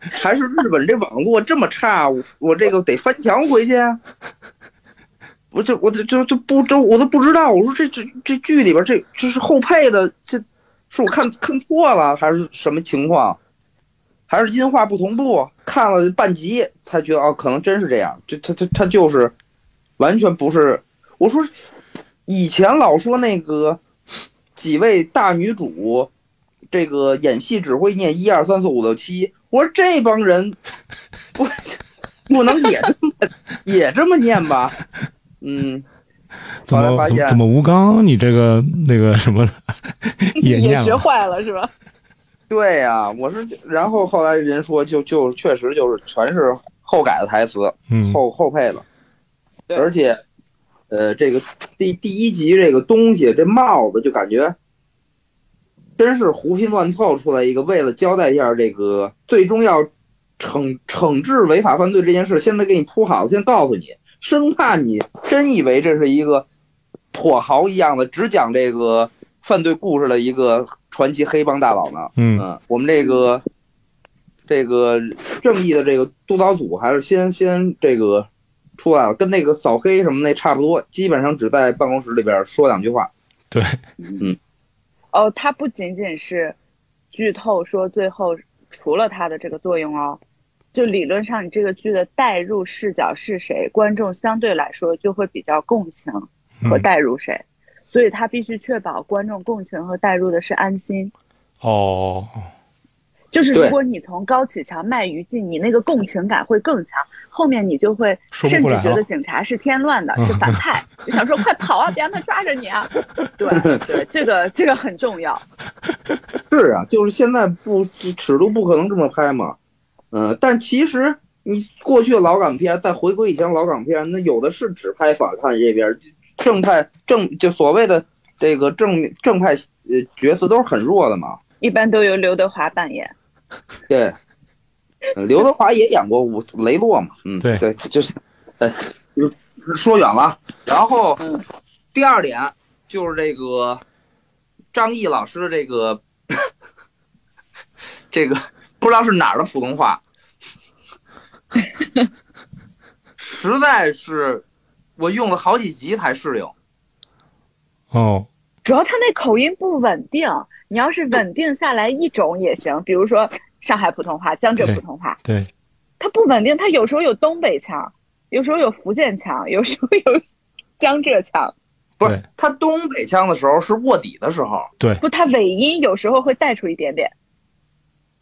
B: 还是日本这网络这么差，我我这个得翻墙回去啊。我这我这这这不这我都不知道，我说这这这剧里边这这是后配的，这是我看看错了还是什么情况？还是音画不同步？看了半集才觉得哦，可能真是这样，这他他他就是完全不是。我说以前老说那个几位大女主，这个演戏只会念一二三四五六七。我说这帮人，不不能也这么也这么念吧？嗯，
C: 怎
B: 后来
C: 么
B: 发
C: 怎么
B: 现
C: 怎么吴刚你这个那个 什么也
D: 也
C: 念
D: 学
C: 了？
D: 坏了是吧？
B: 对呀、我是。然后后来人说就，就确实就是全是后改的台词，
C: 嗯，
B: 后后配的，
D: 对
B: 而且，呃，这个第第一集这个东西，这帽子就感觉真是胡拼乱凑出来一个，为了交代一下这个最终要惩惩治违法犯罪这件事，现在给你铺好了，先告诉你，生怕你真以为这是一个跛豪一样的只讲这个犯罪故事的一个传奇黑帮大佬呢。
C: 嗯
B: 嗯，我们这个这个正义的这个督导组还是先先这个出来了，跟那个扫黑什么那差不多，基本上只在办公室里边说两句话。
C: 对，
D: 哦，它不仅仅是剧透，说最后除了它的这个作用哦，就理论上你这个剧的代入视角是谁，观众相对来说就会比较共情和
C: 嗯
D: 代入谁，所以它必须确保观众共情和代入的是安心。
C: 哦，
D: 就是
B: 对
D: 如果你从高启强卖鱼记，你那个共情感会更强，后面你就会
C: 说
D: 甚
C: 不
D: 至
C: 过来
D: 觉
C: 了嗯
D: 得警察是添乱的，是反派，就想说快跑啊，别让他抓着你啊！对对，这个这个很重要。
B: 是啊，就是现在不尺度不可能这么拍嘛。嗯，但其实你过去的老港片，再回归以前的老港片，那有的是只拍反派这边，正派正就所谓的这个正正派呃角色都是很弱的嘛。
D: 一般都由刘德华扮演。
B: 对，嗯刘德华也演过武雷洛嘛，嗯，
C: 对
B: 对，就是，呃，说远了。然后
D: 嗯
B: 第二点就是这个张译老师这个 这个不知道是哪儿的普通话，实在是我用了好几集才适应。
C: 哦，
D: 主要他那口音不稳定，你要是稳定下来一种也行，比如说上海普通话、江浙普通话，
C: 对，
D: 它不稳定，它有时候有东北腔，有时候有福建腔，有时候有江浙腔，
B: 不是
C: 对
B: 他东北腔的时候是卧底的时候，
D: 不，它尾音有时候会带出一点点。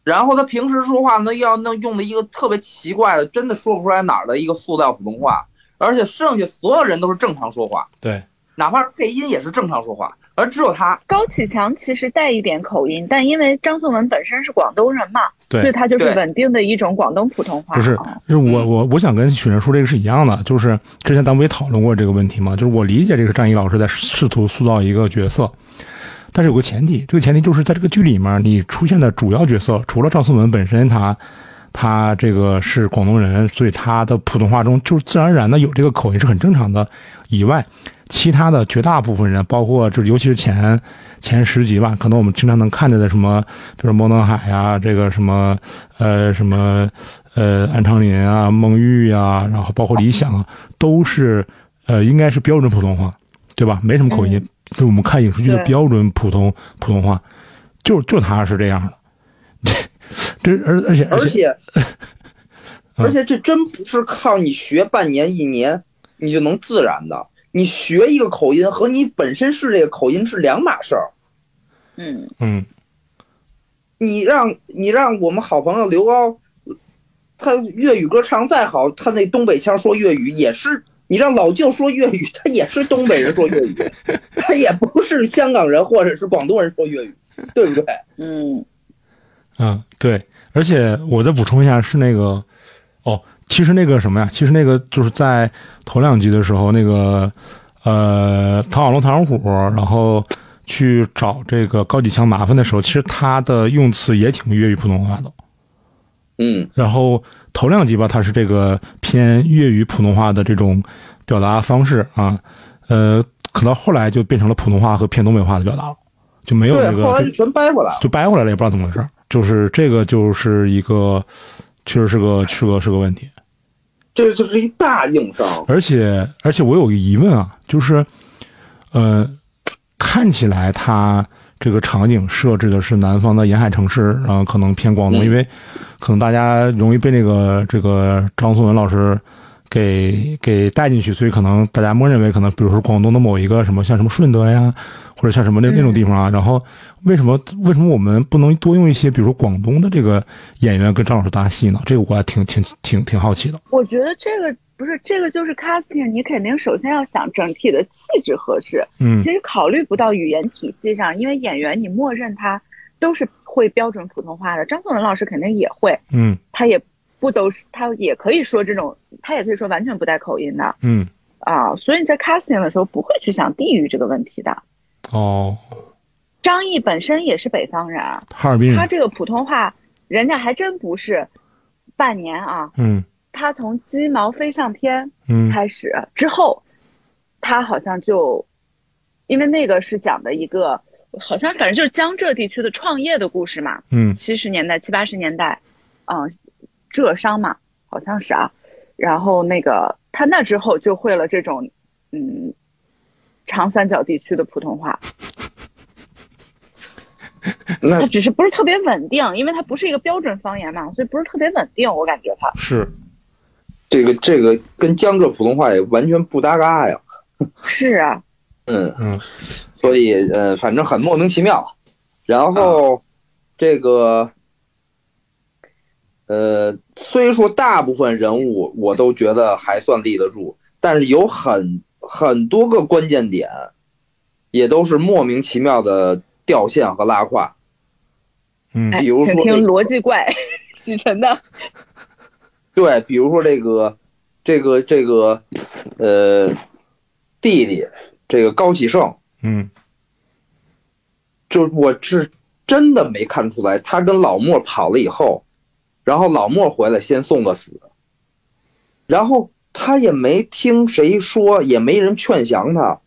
B: 然后他平时说话呢，要那用的一个特别奇怪的，真的说不出来哪儿的一个塑料普通话，而且剩下所有人都是正常说话，
C: 对，
B: 哪怕是配音也是正常说话，而只有他
D: 高启强其实带一点口音，但因为张颂文本身是广东人嘛，
C: 对
D: 所以他就是
B: 对
D: 稳定的一种广东普通话。
C: 不是
D: 啊，
C: 就是
B: 嗯
C: 我我我想跟许晨说这个是一样的，就是之前咱们也讨论过这个问题嘛，就是我理解这个张译老师在试图塑造一个角色，但是有个前提，这个前提就是在这个剧里面你出现的主要角色，除了赵颂文本身他他这个是广东人，所以他的普通话中就自然而然的有这个口音是很正常的，以外，其他的绝大部分人，包括就是尤其是前前十集吧，可能我们经常能看见的什么，比如摩登海啊，这个什么呃什么呃安昌林啊、孟玉啊，然后包括理想啊，都是呃应该是标准普通话，对吧？没什么口音，就我们看影视剧的
D: 对
C: 标准普通普通话，就就他是这样的。 这而而且
B: 而且，
C: 嗯
B: 而且这真不是靠你学半年一年你就能自然的。你学一个口音和你本身是这个口音是两码事儿。
D: 嗯，
C: 嗯
B: 你让你让我们好朋友刘高，他粤语歌唱再好，他那东北腔说粤语也是。你让老舅说粤语，他也是东北人说粤 语，他也不是香港人或者是广东人说粤语，对不对？
D: 嗯，
C: 嗯对，而且我再补充一下是那个哦，其实那个什么呀，其实那个就是在头两集的时候，那个呃唐小龙、唐小虎，然后去找这个高启强麻烦的时候，其实他的用词也挺粤语普通话的。
B: 嗯
C: 然后头两集吧，它是这个偏粤语普通话的这种表达方式啊，呃，可到后来就变成了普通话和偏东北话的表达了，就没有
B: 对
C: 那，个
B: 后来就全掰回来了。
C: 就掰回来了，也不知道怎么回事儿。就是这个，就是一个，确实是个是个是个问题。
B: 这就是一大硬伤。
C: 而且而且我有个疑问啊，就是，呃，看起来它这个场景设置的是南方的沿海城市，然后可能偏广东，
B: 嗯
C: 因为可能大家容易被那个这个张颂文老师给给带进去，所以可能大家默认为可能比如说广东的某一个什么像什么顺德呀，或者像什么那那种地方啊，然后为什么为什么我们不能多用一些比如说广东的这个演员跟张老师搭戏呢？这个我还挺挺挺挺好奇的。
D: 我觉得这个不是这个就是 casting，你肯定首先要想整体的气质合适。
C: 嗯
D: 其实考虑不到语言体系上，因为演员你默认他都是会标准普通话的，张颂文老师肯定也会，
C: 嗯
D: 他也不都是他也可以说这种，他也可以说完全不带口音的
C: 嗯，
D: 啊。所以你在 casting 的时候不会去想地域这个问题的。
C: 哦。
D: 张译本身也是北方人，啊
C: 哈尔滨
D: 他
C: 人，
D: 这个普通话，人家还真不是半年啊，
C: 嗯
D: 他从鸡毛飞上天
C: 嗯
D: 开始之后，他好像就，因为那个是讲的一个，好像反正就是江浙地区的创业的故事嘛，
C: 嗯
D: 七十年代七八十年代，嗯、浙商嘛，好像是啊。然后那个他那之后就会了这种，嗯，长三角地区的普通话，
B: 那
D: 他只是不是特别稳定，因为他不是一个标准方言嘛，所以不是特别稳定，我感觉他。
C: 是，
B: 这个这个跟江浙普通话也完全不搭嘎呀。
D: 是啊，
B: 嗯
C: 嗯，
B: 所以呃，反正很莫名其妙。然后、这个呃，虽说大部分人物我都觉得还算立得住，但是有很很多个关键点，也都是莫名其妙的掉线和拉胯。
C: 嗯
D: 哎，
B: 比如
D: 请
B: 说
D: 听
B: 那个
D: 逻辑怪 许晨的，
B: 对，比如说这个，这个这个，呃，弟弟，这个高启盛，
C: 嗯
B: 就是我是真的没看出来，他跟老莫跑了以后，然后老莫回来先送个死，然后他也没听谁说，也没人劝降他，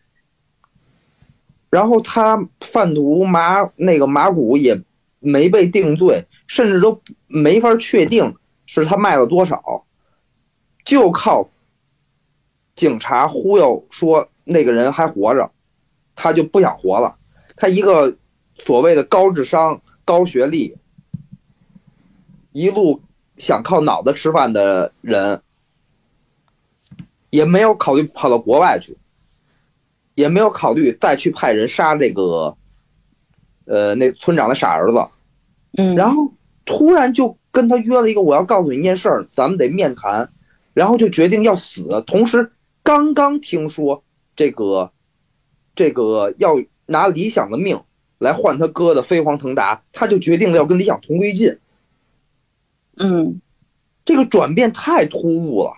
B: 然后他贩毒麻那个麻古也没被定罪，甚至都没法确定是他卖了多少，就靠警察忽悠说那个人还活着，他就不想活了。他一个所谓的高智商、高学历，一路想靠脑子吃饭的人，也没有考虑跑到国外去，也没有考虑再去派人杀这个，呃，那村长的傻儿子。
D: 嗯
B: 然后突然就跟他约了一个，我要告诉你一件事儿，咱们得面谈，然后就决定要死。同时，刚刚听说这个，这个要拿理想的命来换他哥的飞黄腾达，他就决定了要跟理想同归于尽。
D: 嗯。
B: 这个转变太突兀了，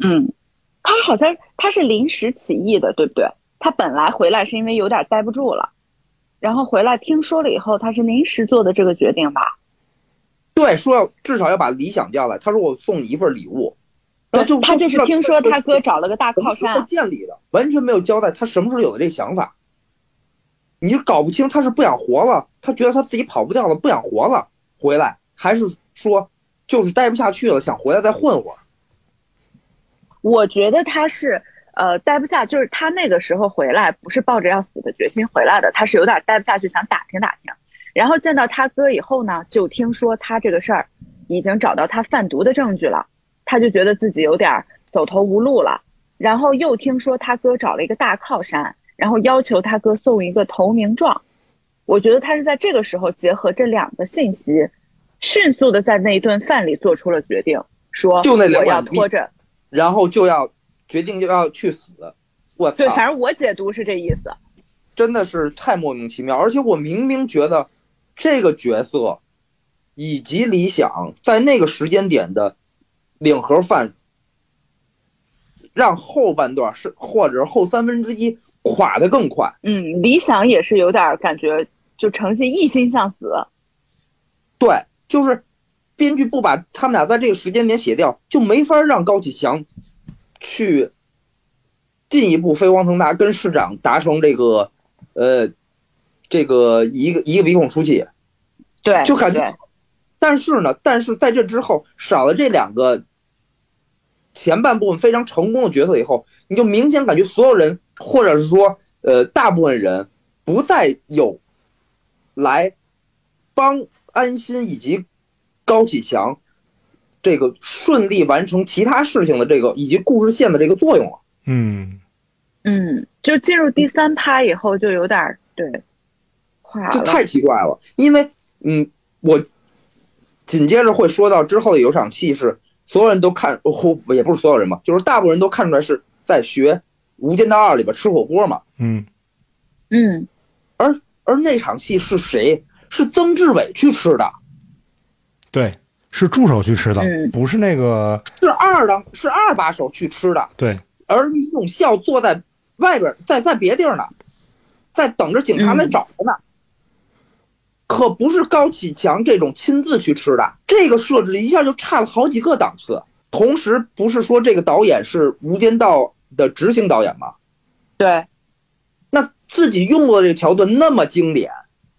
D: 嗯，他好像他是临时起意的，对不对？他本来回来是因为有点待不住了，然后回来听说了以后，他是临时做的这个决定吧？
B: 对，说要至少要把理想叫来。他说我送你一份礼物，然啊后就
D: 他就是听说他哥找了个大
B: 什么
D: 靠
B: 时候
D: 山，
B: 建立的，完全没有交代他什么时候有的这想法。你就搞不清他是不想活了，他觉得他自己跑不掉了，不想活了，回来，还是说就是待不下去了，想回来再混会儿。
D: 我觉得他是呃待不下，就是他那个时候回来不是抱着要死的决心回来的，他是有点待不下去，想打听打听。然后见到他哥以后呢，就听说他这个事儿已经找到他贩毒的证据了，他就觉得自己有点走投无路了。然后又听说他哥找了一个大靠山，然后要求他哥送一个投名状。我觉得他是在这个时候结合这两个信息，迅速的在那一顿饭里做出了决定，说
B: 就那两
D: 我要
B: 碗米
D: 拖着。
B: 然后就要决定就要去死。我操
D: 对，，反正我解读是这意思。
B: 真的是太莫名其妙。而且我明明觉得这个角色以及理想在那个时间点的领盒饭，让后半段是或者是后三分之一垮得更快。
D: 嗯，理想也是有点儿感觉，就程心一心向死。
B: 对，就是编剧不把他们俩在这个时间点写掉，就没法让高启强去进一步飞黄腾达，跟市长达成这个呃这个一个一个鼻孔出气。
D: 对，
B: 就感觉
D: 对
B: 但是呢，但是在这之后少了这两个前半部分非常成功的角色以后，你就明显感觉所有人，或者是说呃大部分人，不再有来帮安心以及高启强这个顺利完成其他事情的这个以及故事线的这个作用了。
C: 嗯，
D: 嗯，就进入第三趴以后就有点儿对垮
B: 这
D: 了。
B: 太奇怪了。因为，嗯，我紧接着会说到之后的有场戏是所有人都看，哦、也不是所有人吧，就是大部分人都看出来是在学《无间道二》里边吃火锅嘛。
C: 嗯，
D: 嗯，
B: 而那场戏是谁？是曾志伟去吃的，
C: 对，是助手去吃的，
D: 嗯
C: 不是那个
B: 是二的，是二把手去吃的，
C: 对，
B: 而李永孝坐在外边，在在别地儿呢，在等着警察来找他呢。可不是高启强这种亲自去吃的，这个设置一下就差了好几个档次。同时，不是说这个导演是《无间道》的执行导演吗？
D: 对，
B: 那自己用过的这个桥段那么经典，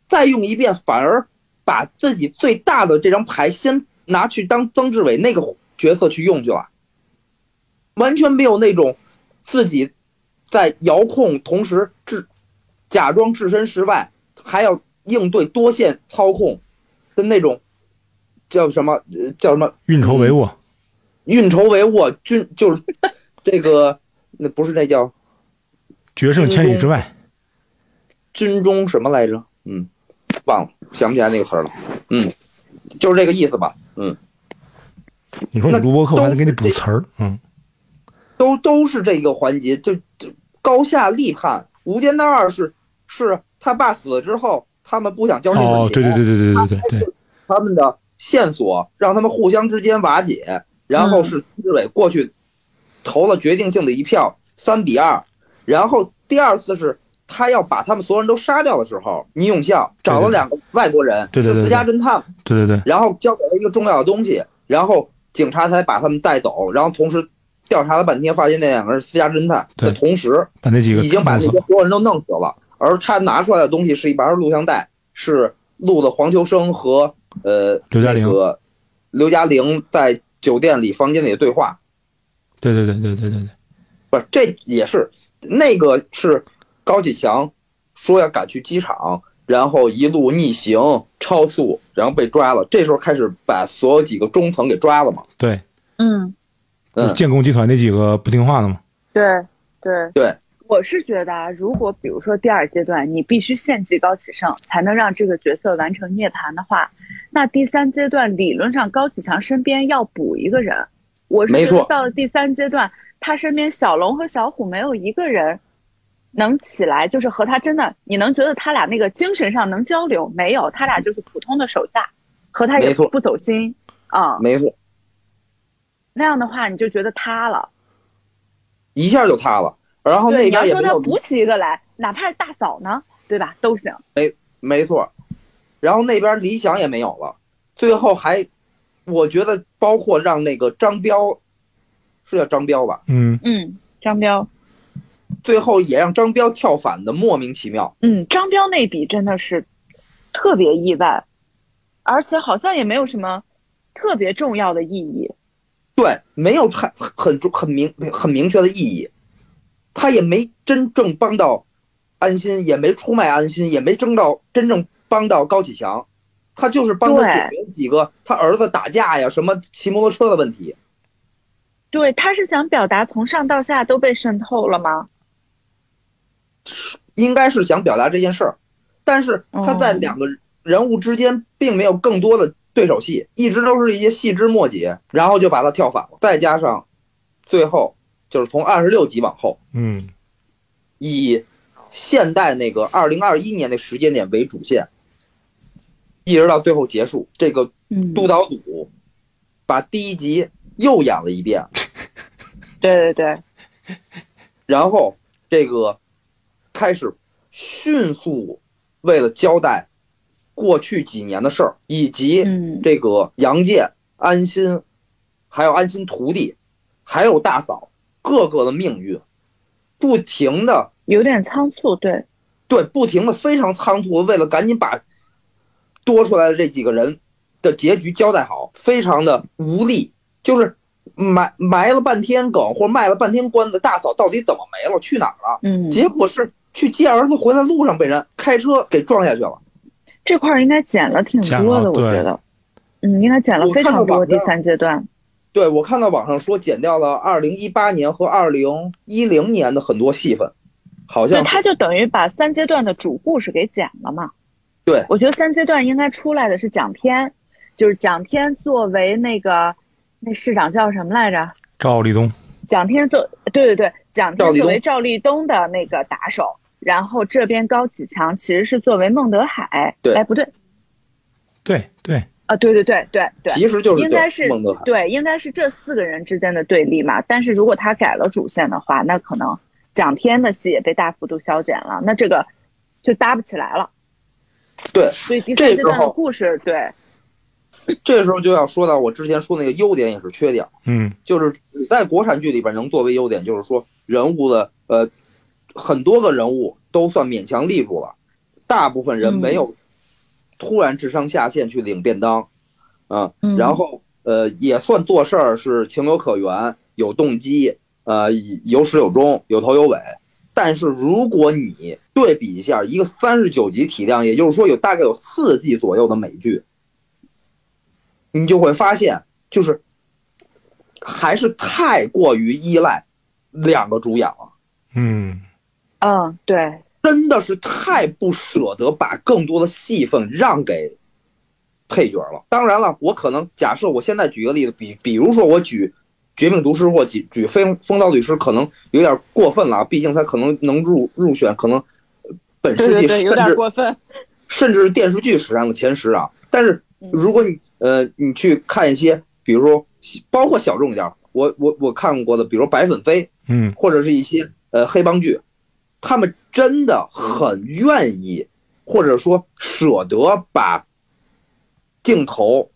B: 再用一遍，反而把自己最大的这张牌先拿去当曾志伟那个角色去用去了，完全没有那种自己在遥控，同时置假装置身事外，还要应对多线操控的那种叫什么呃叫什么
C: 运筹帷
D: 嗯
C: 幄，
B: 运筹帷幄，军就是这个那不是那叫
C: 决胜千里之外。
B: 军中什么来着？嗯，忘了，想不起来那个词儿了。嗯，就是这个意思吧。嗯，
D: 嗯
C: 你说你录播课，我还得给你补
B: 那都是
C: 词儿，嗯，
B: 都都是这个环节，就就高下立判。《无间道二》是是他爸死了之后，他们不想交这本
C: 哦，
B: 钱，
C: 对对对对对对对对，
B: 他们的线索让他们互相之间瓦解，然后
D: 嗯
B: 是纪委过去投了决定性的一票，三比二。然后第二次是他要把他们所有人都杀掉的时候，倪永孝找了
C: 对对对
B: 两个外国人，
C: 对对对
B: 是私家侦探嘛
C: 对对对，
B: 然后交给了一个重要的东西，然后警察才把他们带走，然后同时调查了半天，发现那两个人是私家侦探
C: 对
B: 的同时，
C: 把那几个
B: 已经把那
C: 弄
B: 些
C: 死
B: 所有人都弄死了，而他拿出来的东西是一盘录像带，是录的黄秋生和呃
C: 刘嘉玲
B: 那个刘嘉玲在酒店里房间里的对话，
C: 对对对对对对对，
B: 不是，这也是那个是高启强说要赶去机场，然后一路逆行超速，然后被抓了。这时候开始把所有几个中层给抓了嘛。
C: 对，
D: 嗯，
C: 就是
B: 嗯，
C: 建工集团那几个不听话的嘛，
D: 对对
B: 对。
D: 我是觉得啊，如果比如说第二阶段你必须献祭高启盛才能让这个角色完成涅槃的话，那第三阶段理论上高启强身边要补一个人。我是
B: 没
D: 觉得
B: 错
D: 到了第三阶段，他身边小龙和小虎没有一个人能起来，就是和他真的，你能觉得他俩那个精神上能交流没有？他俩就是普通的手下，和他也
B: 没错
D: 不走心啊、
B: 没错，
D: 那样的话你就觉得塌了。
B: 一下就塌了。然后
D: 对，
B: 哦那
D: 你要
B: 边也
D: 说
B: 没
D: 他
B: 有
D: 补起一个来，哪怕是大嫂呢，对吧？都行。
B: 没错，然后那边理想也没有了，最后还，我觉得包括让那个张彪，是叫张彪吧，
C: 嗯，
D: 嗯，张彪，
B: 最后也让张彪跳反的莫名其妙。
D: 嗯，张彪那笔真的是特别意外，而且好像也没有什么特别重要的意义。
B: 对，没有很很很明很明确的意义，他也没真正帮到安心，也没出卖安心，也没争到真正帮到高启强，他就是帮他解决几个他儿子打架呀、什么骑摩托车的问题。
D: 对，他是想表达从上到下都被渗透了吗？
B: 应该是想表达这件事儿，但是他在
D: 哦
B: 两个人物之间并没有更多的对手戏，一直都是一些细枝末节，然后就把他跳反了。再加上最后就是从二十六集往后，
C: 嗯
B: 以现代那个二零二一年的时间点为主线，一直到最后结束。这个
D: 嗯，
B: 督导组把第一集又演了一遍，
D: 对对对，
B: 然后这个开始迅速为了交代过去几年的事儿，以及
D: 嗯，
B: 这个杨介、安心，还有安心徒弟，还有大嫂各个的命运，不停的
D: 有点仓促，对，
B: 对，不停的非常仓促，为了赶紧把多出来的这几个人的结局交代好，非常的无力，就是埋埋了半天梗或卖了半天关子，大嫂到底怎么没了，去哪儿了？
D: 嗯，
B: 结果是去接儿子回来路上被人开车给撞下去了。
D: 这块儿应该剪了挺
C: 剪
D: 多
C: 了
D: 的，我
C: 对
D: 觉得，嗯，应该剪了
B: 我
D: 非
B: 看
D: 常
B: 到
D: 多。
B: 网
D: 第
B: 上
D: 三阶段，
B: 对我看到网上说减掉了二零一八年和二零一零年的很多戏份，好
D: 对，
B: 像是
D: 他就等于把三阶段的主故事给剪了嘛。
B: 对
D: 我觉得三阶段应该出来的是蒋天，就是蒋天作为那个那市长叫什么来着？
C: 赵立东，
D: 蒋天作对对对，蒋
B: 赵立
D: 天作为
B: 东
D: 赵立东的那个打手，然后这边高启强其实是作为孟德海，
B: 对
D: 哎不对
C: 对对，
D: 啊，对对对对对，
B: 其实就是
D: 应该
B: 对
D: 是
B: 孟德海。
D: 对，应该是这四个人之间的对立嘛。但是如果他改了主线的话，那可能蒋天的戏也被大幅度削减了，那这个就搭不起来了。
B: 对
D: 所以第三阶段
B: 这时
D: 的
B: 候
D: 故事，对，
B: 这时候就要说到我之前说那个优点也是缺点。
C: 嗯
B: 就是只在国产剧里边能作为优点，就是说人物的呃很多个人物都算勉强立住了，大部分人
D: 嗯
B: 没有突然智商下线去领便当，啊、
D: 嗯
B: 然后呃也算做事儿是情有可原，有动机，呃有始有终，有头有尾。但是如果你对比一下一个三十九集体量，也就是说有大概有四季左右的美剧，你就会发现，就是还是太过于依赖两个主演了，
C: 嗯，
D: 嗯，对，
B: 真的是太不舍得把更多的戏份让给配角了。当然了，我可能假设我现在举个例子，比比如说我举《绝命毒师》或举举《风风骚律师》，可能有点过分了啊，毕竟他可能能入入选，可能呃本
D: 对
B: 世纪
D: 对对，有
B: 甚
D: 点
B: 至
D: 过分。
B: 甚至是电视剧史上的前十啊。但是
D: 嗯
B: 如果你呃你去看一些，比如说包括小众一点儿，我我我看过的，比如《白粉飞》
C: 嗯，
B: 或者是一些呃黑帮剧，他们真的很愿意，或者说舍得把镜头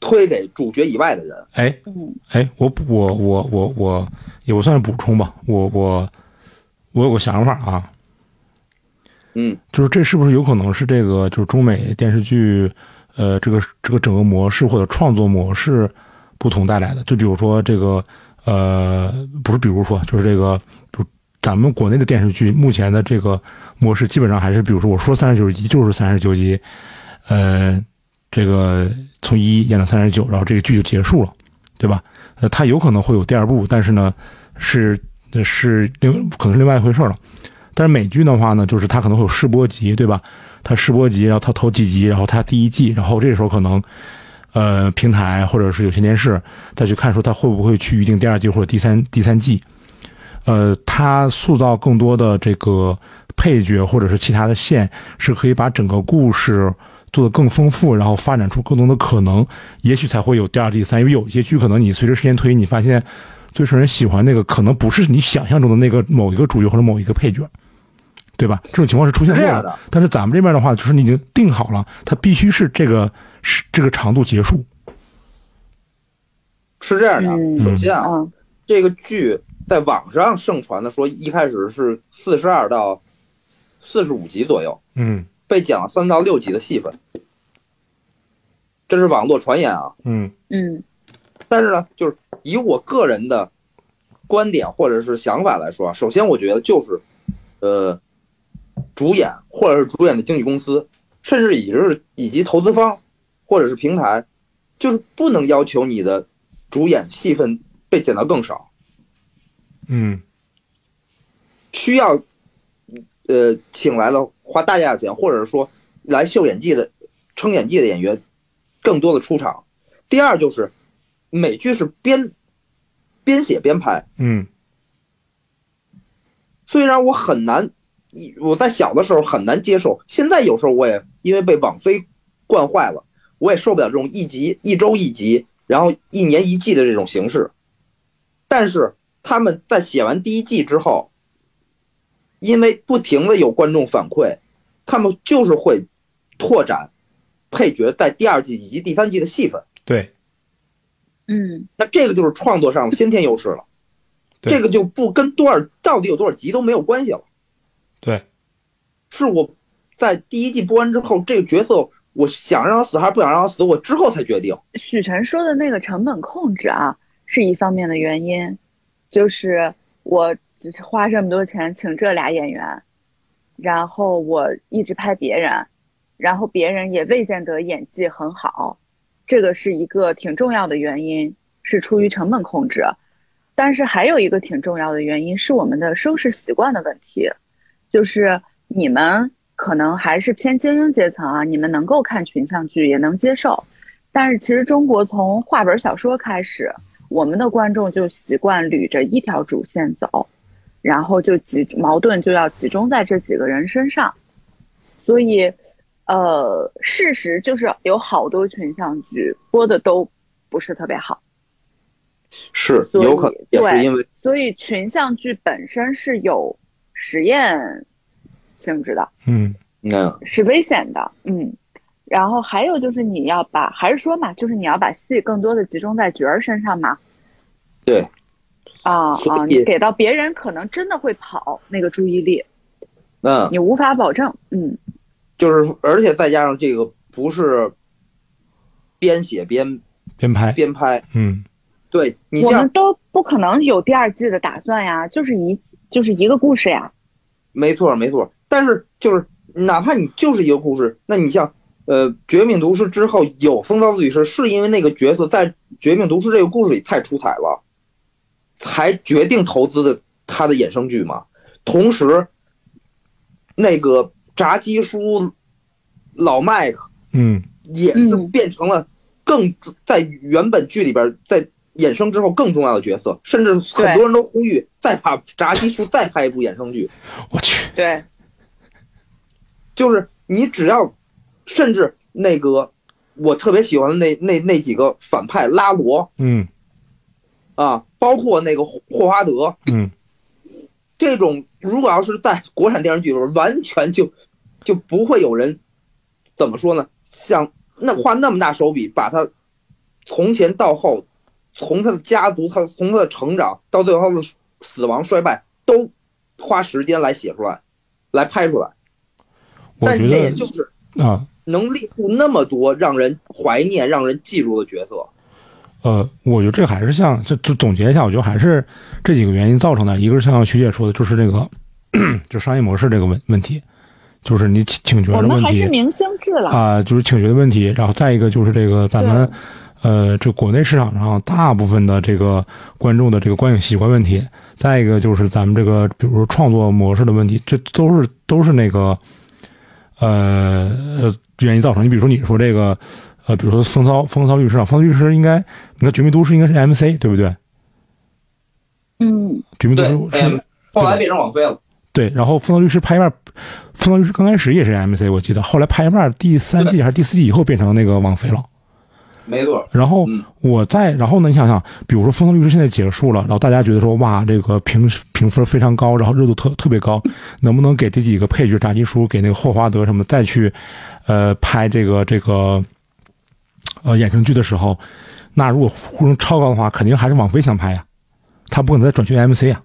B: 推给主角以外的人。
C: 哎，
D: 嗯，
C: 哎，我不，我我我我也不算是补充吧，我我我有个想法啊，
B: 嗯，
C: 就是这是不是有可能是这个就是中美电视剧，呃，这个这个整个模式或者创作模式不同带来的？就比如说这个，呃，不是，比如说就是这个，就咱们国内的电视剧目前的这个模式，基本上还是比如说我说三十九集就是三十九集，呃，这个从一演到三十九，然后这个剧就结束了，对吧？呃，它有可能会有第二部，但是呢，是呃是另可能是另外一回事儿了。但是美剧的话呢，就是它可能会有试播集，对吧？它试播集，然后它头几集，然后它第一季，然后这时候可能，呃，平台或者是有线电视再去看说它会不会去预定第二季或者第三第三季，呃，它塑造更多的这个配角或者是其他的线，是可以把整个故事做得更丰富，然后发展出更多的可能，也许才会有第二季、第三季。因为有一些剧可能你随着时间推移，你发现最受人喜欢那个可能不是你想象中的那个某一个主角或者某一个配角。对吧？这种情况是出现过
B: 是这样的
C: 但是咱们这边的话，就是你已经定好了，它必须是这个是这个长度结束。
B: 是这样的啊，
D: 嗯
B: 首先啊，
D: 嗯
B: 这个剧在网上盛传的说，一开始是四十二到四十五集左右，
C: 嗯
B: 被剪了三到六集的戏份，这是网络传言啊。
C: 嗯
D: 嗯
B: 但是呢，就是以我个人的观点或者是想法来说啊，首先我觉得就是，呃，主演或者是主演的经纪公司，甚至以及是以及投资方或者是平台，就是不能要求你的主演戏份被减到更少，
C: 嗯
B: 需要呃请来了花大价钱或者说来秀演技的撑演技的演员更多的出场。第二就是美剧是边边写边拍。
C: 嗯
B: 虽然我很难，一我在小的时候很难接受，现在有时候我也因为被网飞惯坏了，我也受不了这种一集一周一集，然后一年一季的这种形式。但是他们在写完第一季之后，因为不停的有观众反馈，他们就是会拓展配角在第二季以及第三季的戏份。
C: 对
D: 嗯
B: 那这个就是创作上的先天优势了，
C: 对
B: 这个就不跟多少到底有多少集都没有关系了。
C: 对，
B: 是我在第一季播完之后，这个角色我想让他死还是不想让他死，我之后才决定。
D: 许晨说的那个成本控制啊，是一方面的原因，就是我只是花这么多钱请这俩演员，然后我一直拍别人，然后别人也未见得演技很好，这个是一个挺重要的原因，是出于成本控制。但是还有一个挺重要的原因是我们的收视习惯的问题，就是你们可能还是偏精英阶层啊，你们能够看群像剧，也能接受。但是其实中国从话本小说开始，我们的观众就习惯捋着一条主线走，然后就集矛盾就要集中在这几个人身上，所以，呃，事实就是有好多群像剧播的都不是特别好，
B: 是
D: 所以
B: 有可能也是因为
D: 所以群像剧本身是有实验性质的，
C: 嗯
B: 嗯
D: 是危险的，嗯。然后还有就是你要把，还是说嘛，就是你要把戏更多的集中在角儿身上嘛。
B: 对。
D: 啊
B: 所
D: 啊，
B: 以
D: 你给到别人可能真的会跑那个注意力，
B: 嗯，
D: 你无法保证。嗯
B: 就是而且再加上这个不是边写边
C: 编排
B: 边拍，
C: 嗯
B: 对你
D: 我们
B: 像
D: 都不可能有第二季的打算呀，就是一就是一个故事呀。
B: 没错没错，但是就是哪怕你就是一个故事，那你像。呃，《绝命毒师》之后有《风骚律师》，是因为那个角色在《绝命毒师》这个故事里太出彩了，才决定投资的他的衍生剧嘛。同时，那个炸鸡叔老麦克
C: 嗯
B: 也是
D: 嗯
B: 变成了更重在原本剧里边在衍生之后更重要的角色，甚至很多人都呼吁再把炸鸡叔再拍一部衍生剧。
C: 我去
D: 对，
B: 就是你只要，甚至那个我特别喜欢的那那那几个反派拉罗
C: 嗯
B: 啊，包括那个霍霍华德
C: 嗯
B: 这种，如果要是在国产电视剧里边，完全就就不会有人怎么说呢？像那花那么大手笔把他从前到后，从他的家族，他从他的成长到最后的死亡衰败，都花时间来写出来，来拍出来。
C: 我
B: 但
C: 觉
B: 这也
C: 得
B: 就是
C: 啊
B: 能立住那么多让人怀念、让人记住的角色。
C: 呃，我觉得这还是像这就总结一下，我觉得还是这几个原因造成的。一个是像徐姐说的，就是这个 就商业模式这个问问题，就是你请请
D: 我
C: 角的
D: 们
C: 问
D: 还是
C: 题
D: 明星制了。
C: 啊、就是请角的问题。然后再一个就是这个咱们呃这国内市场上大部分的这个观众的这个观影习惯问题，再一个就是咱们这个比如说创作模式的问题，这都是都是那个呃呃原因造成。你比如说你说这个呃，比如说风骚风骚律师啊，风骚律师应该你看《绝命毒师》应该是 MC 对不对？《
D: 嗯，
C: 绝命毒
B: 哎
C: 师》是
B: 后来变成网飞了。
C: 对，然后《风骚律师》拍一半，《风骚律师》刚开始也是 MC 我记得，后来拍一半第三季还是第四季以后变成那个网飞了。
B: 没错，
C: 然后
B: 嗯
C: 我再，然后呢，你想想，比如说《风骚律师》现在结束了，然后大家觉得说，哇，这个评评分非常高，然后热度特特别高，能不能给这几个配角炸鸡叔，给那个霍华德什么再去，呃，拍这个这个，呃，衍生剧的时候，那如果呼声超高的话，肯定还是网飞想拍呀、他不可能再转去 MC 啊。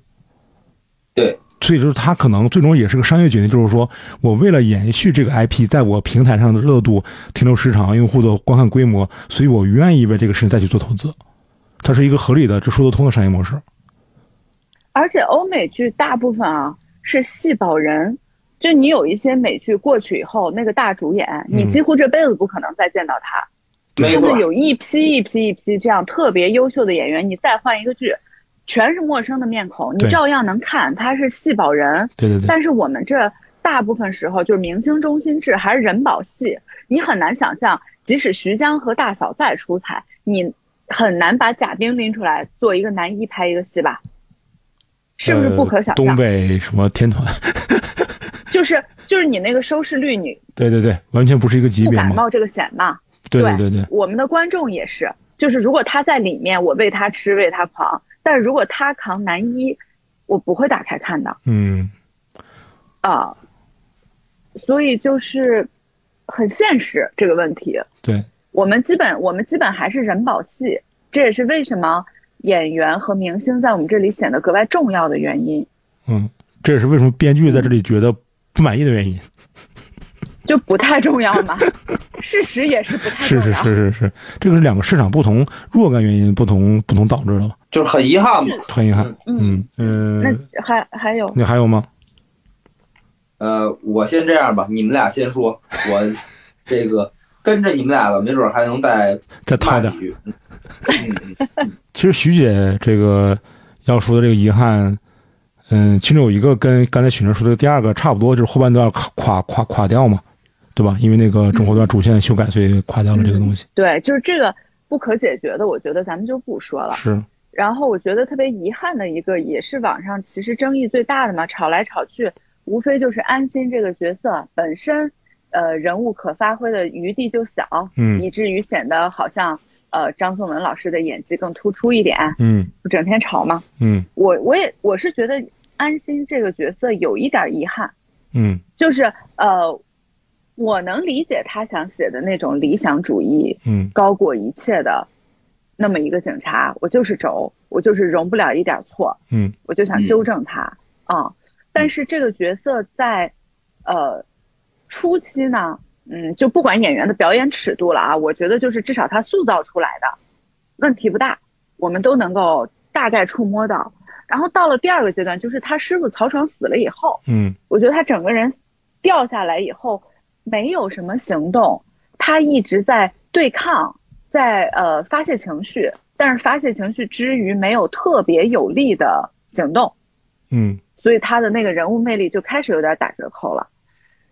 B: 对，
C: 所以就是他可能最终也是个商业决定，就是说我为了延续这个 IP 在我平台上的热度、停留时长、用户的观看规模，所以我愿意为这个事情再去做投资。它是一个合理的、这说得通的商业模式。
D: 而且欧美剧大部分啊是戏保人，就你有一些美剧过去以后，那个大主演，
C: 嗯
D: 你几乎这辈子不可能再见到他。
B: 没
D: 真
B: 错
D: 的，有一批一批一批这样特别优秀的演员，你再换一个剧，全是陌生的面孔，你
C: 对
D: 照样能看，他是戏保人。
C: 对对对，
D: 但是我们这大部分时候就是明星中心制，还是人保戏，你很难想象，即使徐江和大嫂再出彩，你很难把贾冰拎出来做一个男一拍一个戏吧？是不是不可想
C: 呃东
D: 象？
C: 北什么天团？
D: 就是就是你那个收视率，你
C: 对对对，完全不是一个级
D: 不
C: 别
D: 敢
C: 嘛。
D: 冒这个险嘛？
C: 对对对对，
D: 我们的观众也是，就是如果他在里面，我为他吃，为他狂；但如果他扛男一，我不会打开看的
C: 嗯，
D: 啊。所以就是很现实这个问题，
C: 对
D: 我们基本我们基本还是人保系，这也是为什么演员和明星在我们这里显得格外重要的原因。
C: 嗯，这也是为什么编剧在这里觉得不满意的原因。
D: 就不太重要 嘛，事实也是不太重
C: 是
D: 要。
C: 是是是是，这个是两个市场不同、若干原因不同不同导致的吧，
B: 就是很遗憾嘛。
C: 很遗憾。
D: 嗯
C: 嗯嗯，
D: 那还还有
C: 那还有吗？
B: 呃，我先这样吧，你们俩先说，我这个跟着你们俩了，没准还能再
C: 再套
B: 骂
C: 点
B: 几。句。嗯嗯嗯
C: 其实徐姐这个要说的这个遗憾，嗯，其中有一个跟刚才许晨说的第二个差不多，就是后半段垮垮垮垮掉嘛，对吧？因为那
D: 嗯
C: 个中后段主线修改，所以垮掉了这个东西。
D: 对，就是这个不可解决的，我觉得咱们就不说了。
C: 是，
D: 然后我觉得特别遗憾的一个，也是网上其实争议最大的嘛，吵来吵去，无非就是安心这个角色本身，呃，人物可发挥的余地就小，
C: 嗯
D: 以至于显得好像呃张颂文老师的演技更突出一点，
C: 嗯
D: 不整天吵嘛。
C: 嗯
D: 我我也我是觉得安心这个角色有一点遗憾，
C: 嗯
D: 就是呃，我能理解他想写的那种理想主义，
C: 嗯
D: 高过一切的那么一个警察，我就是轴，我就是容不了一点错，
C: 嗯
D: 我就想纠正他啊、但是这个角色在呃初期呢，嗯，就不管演员的表演尺度了啊，我觉得就是至少他塑造出来的问题不大，我们都能够大概触摸到。然后到了第二个阶段，就是他师傅曹爽死了以后，
C: 嗯
D: 我觉得他整个人掉下来以后没有什么行动，他一直在对抗，在呃发泄情绪，但是发泄情绪之余没有特别有力的行动，
C: 嗯
D: 所以他的那个人物魅力就开始有点打折扣了。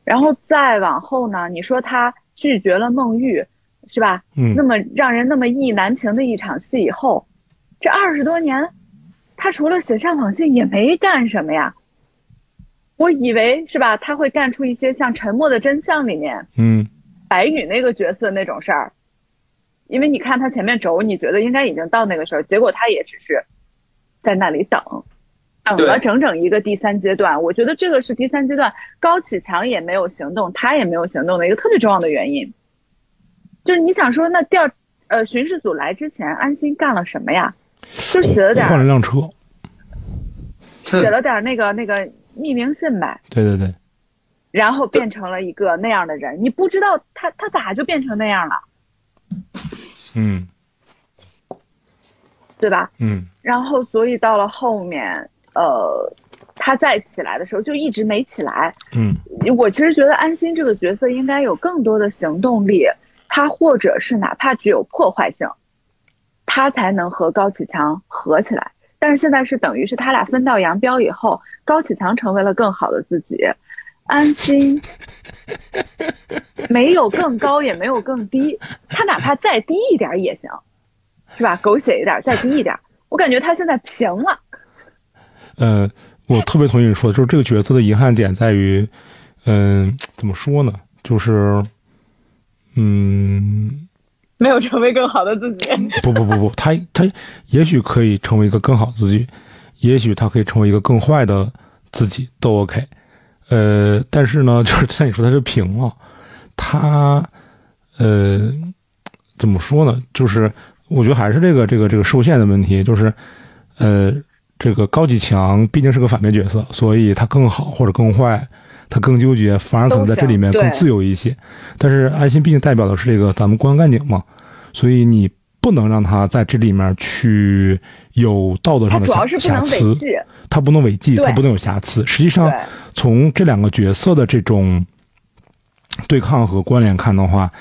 D: 然后再往后呢，你说他拒绝了孟玉，是吧？那
C: 嗯，
D: 么让人那么意难平的一场戏以后，这二十多年，他除了写上访信也没干什么呀。我以为是吧，他会干出一些像《沉默的真相》里面
C: 嗯
D: 白宇那个角色那种事儿，因为你看他前面轴，你觉得应该已经到那个时候，结果他也只是在那里等，等了
B: 对
D: 整整一个第三阶段。我觉得这个是第三阶段高启强也没有行动，他也没有行动的一个特别重要的原因。就是你想说，那调呃巡视组来之前，安心干了什么呀？就写了点
C: 嗯换了辆车，
B: 嗯
D: 写了点那个那个匿名信呗，
C: 对对对，
D: 然后变成了一个那样的人。你不知道他他咋就变成那样了，
C: 嗯
D: 对吧？
C: 嗯
D: 然后所以到了后面，呃，他再起来的时候就一直没起来。
C: 嗯
D: 我其实觉得安心这个角色应该有更多的行动力，他或者是哪怕具有破坏性，他才能和高启强合起来。但是现在是等于是他俩分道扬镳以后，高启强成为了更好的自己，安心没有更高也没有更低，他哪怕再低一点儿也行，是吧？狗血一点儿，再低一点儿，我感觉他现在平了。
C: 呃，我特别同意你说的，就是这个角色的遗憾点在于，嗯、怎么说呢？就是，嗯，
D: 没有成为更好的自己，
C: 不不不不，他他也许可以成为一个更好的自己，也许他可以成为一个更坏的自己，都 OK。呃，但是呢， 就是像你说，他是平了，他呃，怎么说呢？就是我觉得还是这个这个这个受限的问题，就是呃，这个高启强毕竟是个反面角色，所以他更好或者更坏，他更纠结，反而可能在这里面
D: 都
C: 更
D: 行对
C: 自由一些。但是安心毕竟代表的是这个咱们公安干警嘛，所以你不能让他在这里面去有道德
D: 他
C: 上的
D: 主
C: 瑕
D: 要是不
C: 瑕
D: 能
C: 疵
D: 违，纪，
C: 他不能违纪，
D: 对
C: 他不能有瑕疵。实际上
D: 对，
C: 从这两个角色的这种对抗和关联看的话，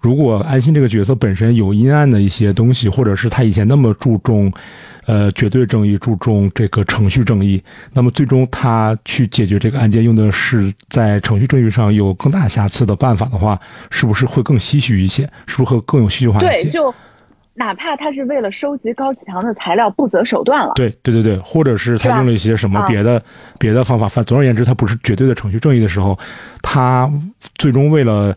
C: 如果安心这个角色本身有阴暗的一些东西，或者是他以前那么注重呃绝对正义、注重这个程序正义，那么最终他去解决这个案件用的是在程序正义上有更大瑕疵的办法的话，是不是会更唏嘘一些？是不是会更有戏剧化一
D: 对，
C: 些？
D: 就哪怕他是为了收集高启强的材料不择手段了，
C: 对对对对，或者是
D: 是
C: 他
D: 吧
C: 用了一些什么
D: 啊
C: 别的、别的方法，反总而言之，他不是绝对的程序正义的时候，他最终为了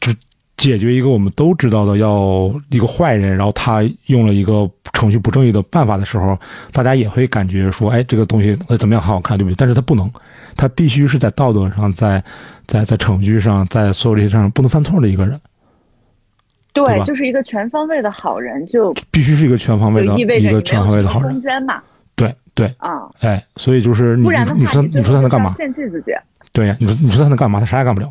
C: 就解决一个我们都知道的要一个坏人，然后他用了一个程序不正义的办法的时候，大家也会感觉说，哎，这个东西呃怎么样很好看，对不对？但是他不能，他必须是在道德上，在在在程序上，在所有这些上不能犯错的一个人，
D: 对
C: 对吧
D: 就是一个全方位的好人，就
C: 必须是一个全方位
D: 就
C: 的
D: 意味着
C: 一
D: 你没
C: 个
D: 有
C: 全方位的好
D: 空
C: 人，
D: 间嘛，
C: 对对，
D: 啊、
C: 哎，所以就是你
D: 不然的
C: 你
D: 话
C: 说
D: 你
C: 你
D: 最
C: 说他能
D: 后就是
C: 干
D: 要
C: 嘛？
D: 献祭自己，
C: 对呀，你说你说他能干嘛？他啥也干不了。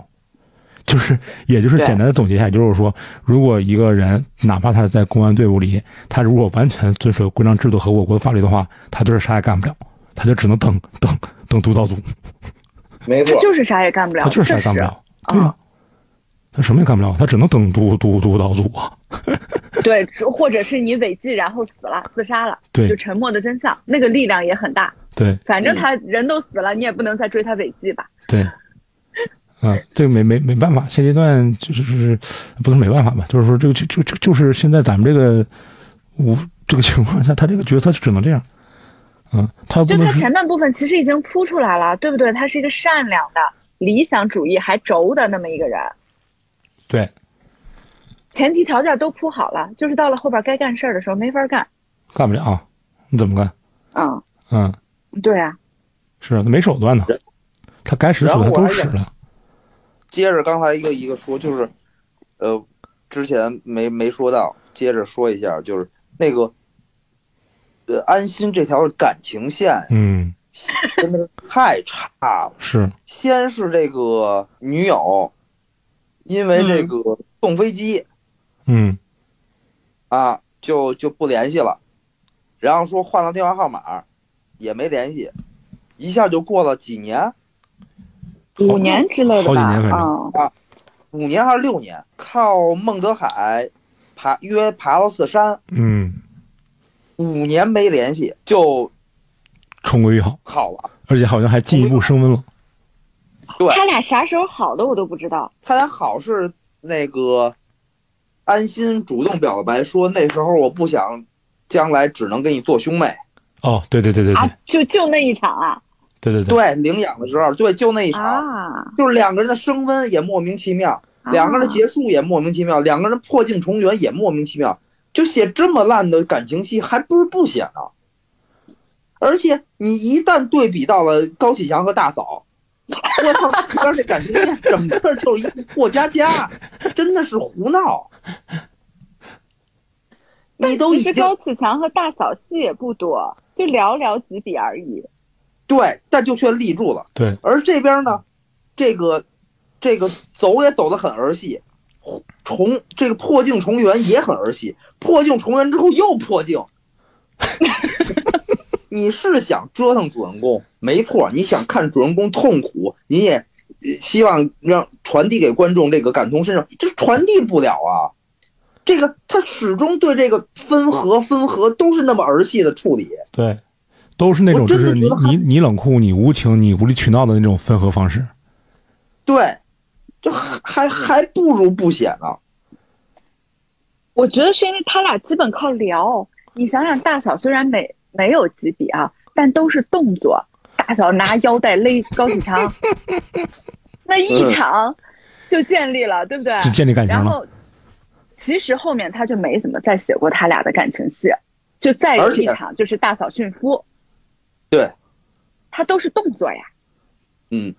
C: 就是，也就是
D: 对
C: 简单的总结一下，就是说，如果一个人哪怕他在公安队伍里，他如果完全遵守规章制度和我国法律的话，他就是啥也干不了，他就只能等等等督导组，
B: 没
D: 他
B: 错，
D: 就是嗯啥也干不了，
C: 他就是啥
D: 确
C: 也干不
D: 实
C: 了，
D: 确实
C: 对啊，他什么也干不了，他只能等督督督导组啊，
D: 对，只或者是你违纪然后死了，自杀了，
C: 对嗯
D: 就沉默的真相，那个力量也很大。
C: 对
D: 反正他人都死了，你也不能再追他违纪吧？
C: 对，嗯，这个没没没办法，现阶段就是就是不是没办法吧，就是说这个就就就就是现在咱们这个我这个情况下，他这个角色就只能这样，嗯，他不
D: 就
C: 能
D: 他
C: 是
D: 前半部分其实已经铺出来了，对不对？他是一个善良的、理想主义还轴的那么一个人，
C: 对
D: 前提条件都铺好了，就是到了后边该干事儿的时候没法干。
C: 干不了、你怎么干？
D: 嗯，
C: 嗯，
D: 对啊，
C: 是没手段呢，他该使手段都使了，
B: 接着刚才一个一个说，就是，呃，之前没没说到，接着说一下，就是那个，呃，安心这条感情线
C: 嗯，
B: 真的是太差了。
C: 是
B: 先是这个女友，因为这个动飞机、
C: 嗯
B: 啊，就就不联系了，然后说换了电话号码，也没联系，一下就过了几年，
D: 五年之类的吧，
C: 好几年反正
D: 嗯，
B: 五年还是六年，靠孟德海爬约爬到四山，
C: 嗯，
B: 五年没联系就
C: 冲过一好，
B: 好了。
C: 而且好像还进一步升温了，
B: 对
D: 他俩啥时候好的我都不知道。
B: 他俩好是那个安心主动表白说那时候我不想，将来只能跟你做兄妹。
C: 哦，对对对对
D: 啊
C: 对，
D: 就就那一场啊
C: 对对，
B: 对，领养的时候，对，就那一场，
D: 啊，
B: 就是两个人的升温也莫名其妙，
D: 啊
B: 两个人的结束也莫名其妙，两个人破镜重圆也莫名其妙，就写这么烂的感情戏，还不如不写呢。而且你一旦对比到了高启强和大嫂，我操，这边这感情线整个就是一个过家家，真的是胡闹。你都
D: 其
B: 已
D: 实
B: 经
D: 高启强和大嫂戏也不多，就寥寥几笔而已。
B: 对，但就却立住了。
C: 对，
B: 而这边呢，这个这个走也走得很儿戏，重这个破镜重圆也很儿戏，破镜重圆之后又破镜。 你是想折腾主人公，没错，你想看主人公痛苦，你也呃希望让传递给观众这个感同身受，这传递不了啊。这个他始终对这个分合分合都是那么儿戏的处理，
C: 对，都是那种
B: 我
C: 就
B: 真的
C: 是你
B: 觉得
C: 你你冷酷、你无情、你无理取闹的那种分合方式。
B: 对，就还还还不如不写呢。
D: 我觉得是因为他俩基本靠聊。你想想，大嫂虽然没没有几笔啊，但都是动作。大嫂拿腰带勒高 启强，那一场就建立了，对不对？
B: 哎
C: 就建立感情
D: 然
C: 了。
D: 后，其实后面他就没怎么再写过他俩的感情戏，就再有
B: 而且
D: 一场就是大嫂驯夫，
B: 对，
D: 他都是动作呀。
B: 嗯，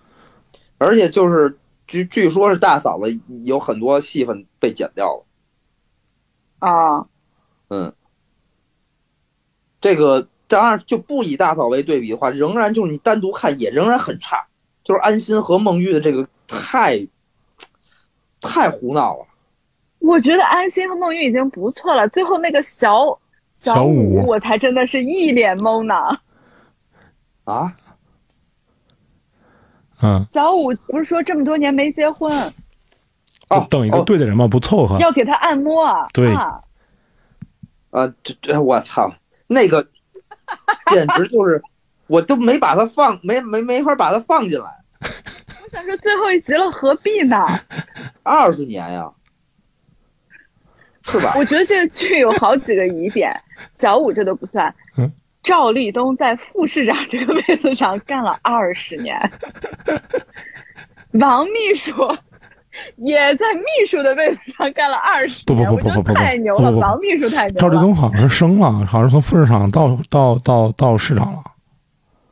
B: 而且就是据据说是大嫂子有很多戏份被剪掉了。
D: 啊、
B: 嗯，这个当然就不以大嫂为对比的话，仍然就是你单独看也仍然很差，就是安心和孟玉的这个太太胡闹了。
D: 我觉得安心和孟玉已经不错了，最后那个小
C: 小
D: 五，
C: 五
D: 我才真的是一脸懵呢。
B: 啊，
C: 嗯，
D: 小五不是说这么多年没结婚，
C: 啊
B: 哦
C: 就，等一个
B: 哦
C: 对的人嘛，不凑合。
D: 要给他按摩，
C: 对
D: 啊、
B: 啊，这这我操，那个简直就是，我都没把它放，没没没法把它放进来。
D: 我想说最后一集了，何必呢？
B: 二十年呀，是吧？
D: 我觉得这个剧有好几个疑点，小五这都不算
C: 嗯。
D: 赵立东在副市长这个位子上干了二十年，王秘书也在秘书的位子上干了二十
C: 不不
D: 年，
C: 不
D: 我
C: 不
D: 觉
C: 不不
D: 得
C: 不
D: 太牛
C: 不
D: 了，
C: 不不
D: 王秘书太牛了。
C: 赵立东好像升了，好像是从副市长到到到到市长了，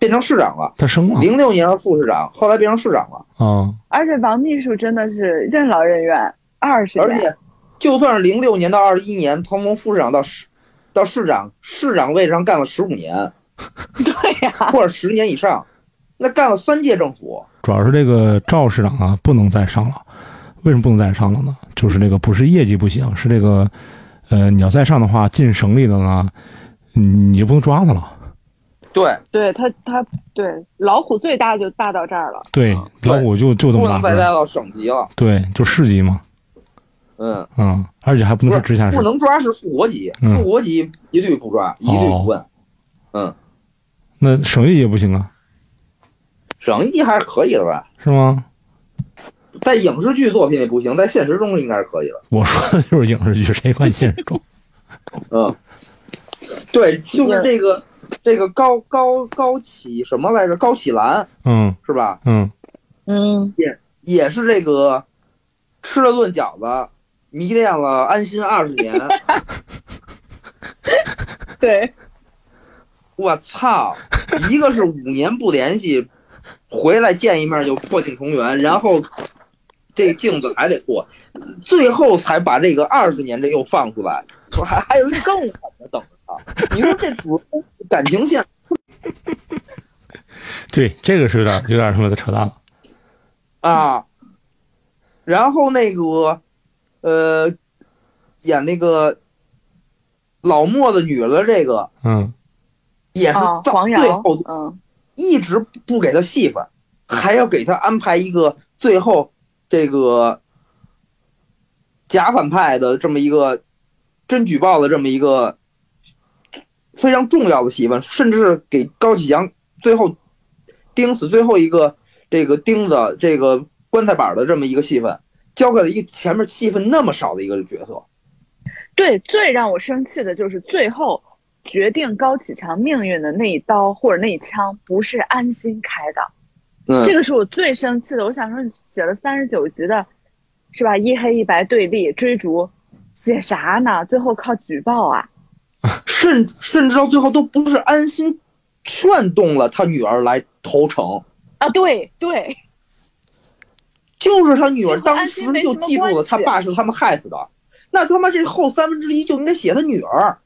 B: 变成市长了，
C: 他升了
B: 零六年是副市长，后来变成市长了。
C: 啊。
D: 而且王秘书真的是任劳任怨，二十
B: 而
D: 年。
B: 且，就算是零六年到二一年，他从副市长到市到市长，市长位置上干了十五年
D: 对呀、
B: 或者十年以上，那干了三届政府。
C: 主要是这个赵市长啊，不能再上了。为什么不能再上了呢？就是这个不是业绩不行，是这个，呃，你要再上的话，进省里的呢，你你就不能抓他了。
B: 对，
D: 对他他对老虎最大就大到这儿了。
C: 对，老虎就就这
B: 啊不
C: 么大
B: 能
C: 个
B: 再待
C: 儿，
B: 到省级了。
C: 对，就市级嘛，
B: 嗯，
C: 嗯，而且还不
B: 不
C: 能
B: 是
C: 是直辖市
B: 不，能抓是副国级，
C: 嗯
B: 副国级一律不抓，一律不问。嗯，
C: 那省一级也不行啊，
B: 省一级还是可以的吧？
C: 是吗？
B: 在影视剧作品里不行，在现实中应该是可以的。
C: 我说的就是影视剧，谁管你现实中？
B: 嗯，对，就是这个这个高高高启什么来着？高启兰
C: 嗯
B: 是吧？
C: 嗯，
D: 嗯，
B: 也是这个吃了顿饺子，迷恋了安心二十年。
D: 对，
B: 我操，一个是五年不联系，回来见一面就破镜重圆，然后这镜子还得过，最后才把这个二十年这又放出来，还还有一更狠的等着他。你说这主人公感情线，
C: 对，这个是有点有点他妈的扯淡了。
B: 啊，然后那个，呃，演那个老莫的女儿，这个
C: 嗯，
B: 也是
D: 啊
B: 到，
D: 黄
B: 最
D: 瑶
B: 后，
D: 嗯，
B: 一直不给他戏份，还要给他安排一个最后这个假反派的这么一个真举报的这么一个非常重要的戏份，甚至是给高启强最后钉死最后一个这个钉子这个棺材板的这么一个戏份，交给了一个前面戏份那么少的一个角色。
D: 对，最让我生气的就是最后决定高启强命运的那一刀或者那一枪不是安心开的，
B: 嗯
D: 这个是我最生气的。我想说，你写了三十九集的，是吧？一黑一白对立追逐，写啥呢？最后靠举报啊？
B: 甚甚至到最后都不是安心劝动了他女儿来投诚。
D: 啊，对对，
B: 就是他女儿
D: 这和
B: 当
D: 安
B: 时
D: 心没
B: 就
D: 什么
B: 记住了，
D: 关系
B: 他爸是他们害死的。那他妈这后三分之一就应该写他女儿，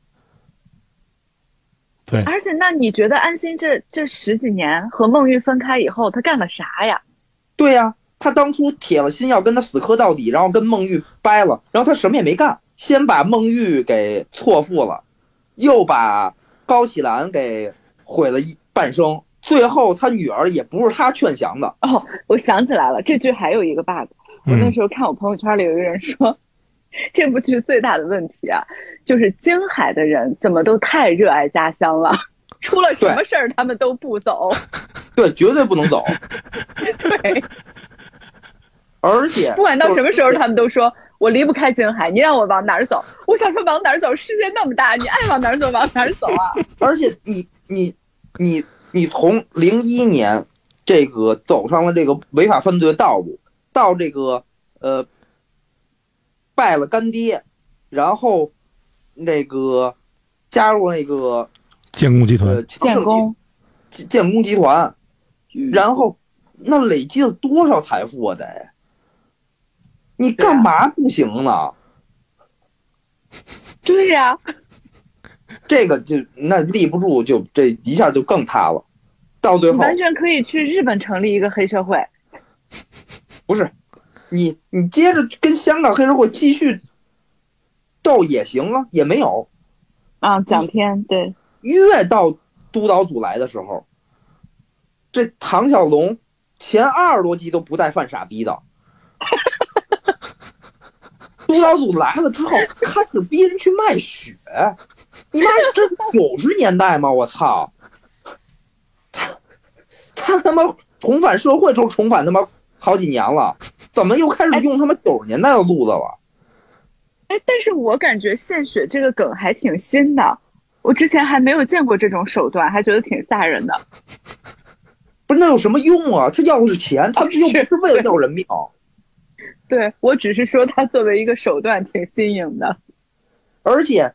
C: 对，
D: 而且那你觉得安心这这十几年和孟玉分开以后，他干了啥呀？
B: 对呀、他当初铁了心要跟他死磕到底，然后跟孟玉掰了，然后他什么也没干，先把孟玉给错付了，又把高启兰给毁了一半生，最后他女儿也不是他劝降的，
D: 哦，我想起来了，这剧还有一个 bug。我那
C: 嗯
D: 时候看我朋友圈里有一个人说，这部剧最大的问题啊，就是京海的人怎么都太热爱家乡了，出了什么事儿他们都不走。
B: 对，绝对不能走，
D: 对，
B: 而且
D: 不管到什么时候，
B: 就是
D: 他们都说我离不开京海，你让我往哪儿走？我想说往哪儿走？世界那么大，你爱往哪儿走往哪儿走啊？
B: 而且你你你你从零一年这个走上了这个违法犯罪的道路，到这个呃拜了干爹，然后那个加入那个
C: 建工集团
B: 呃强盛集建建工集团，
D: 嗯
B: 然后那累积了多少财富啊？得，你
D: 对啊
B: 干嘛不行呢？
D: 对呀、
B: 这个就那立不住就，这一下就更塌了。到最后
D: 完全可以去日本成立一个黑社会。
B: 不是你你接着跟香港黑社会继续斗也行啊，也没有。
D: 啊，蒋天对，
B: 越到督导组来的时候，这唐小龙前二十多集都不带犯傻逼的。 督导组来了之后，开始逼人去卖血，你妈这九十年代吗？我操！他他他妈重返社会都重返他妈好几年了，怎么又开始用他妈九十年代的路子了？
D: 哎，但是我感觉献血这个梗还挺新的，我之前还没有见过这种手段，还觉得挺吓人的。
B: 不是那有什么用啊？他要的是钱，他又不是为了要人命。
D: 对我只是说它作为一个手段挺新颖的。
B: 而且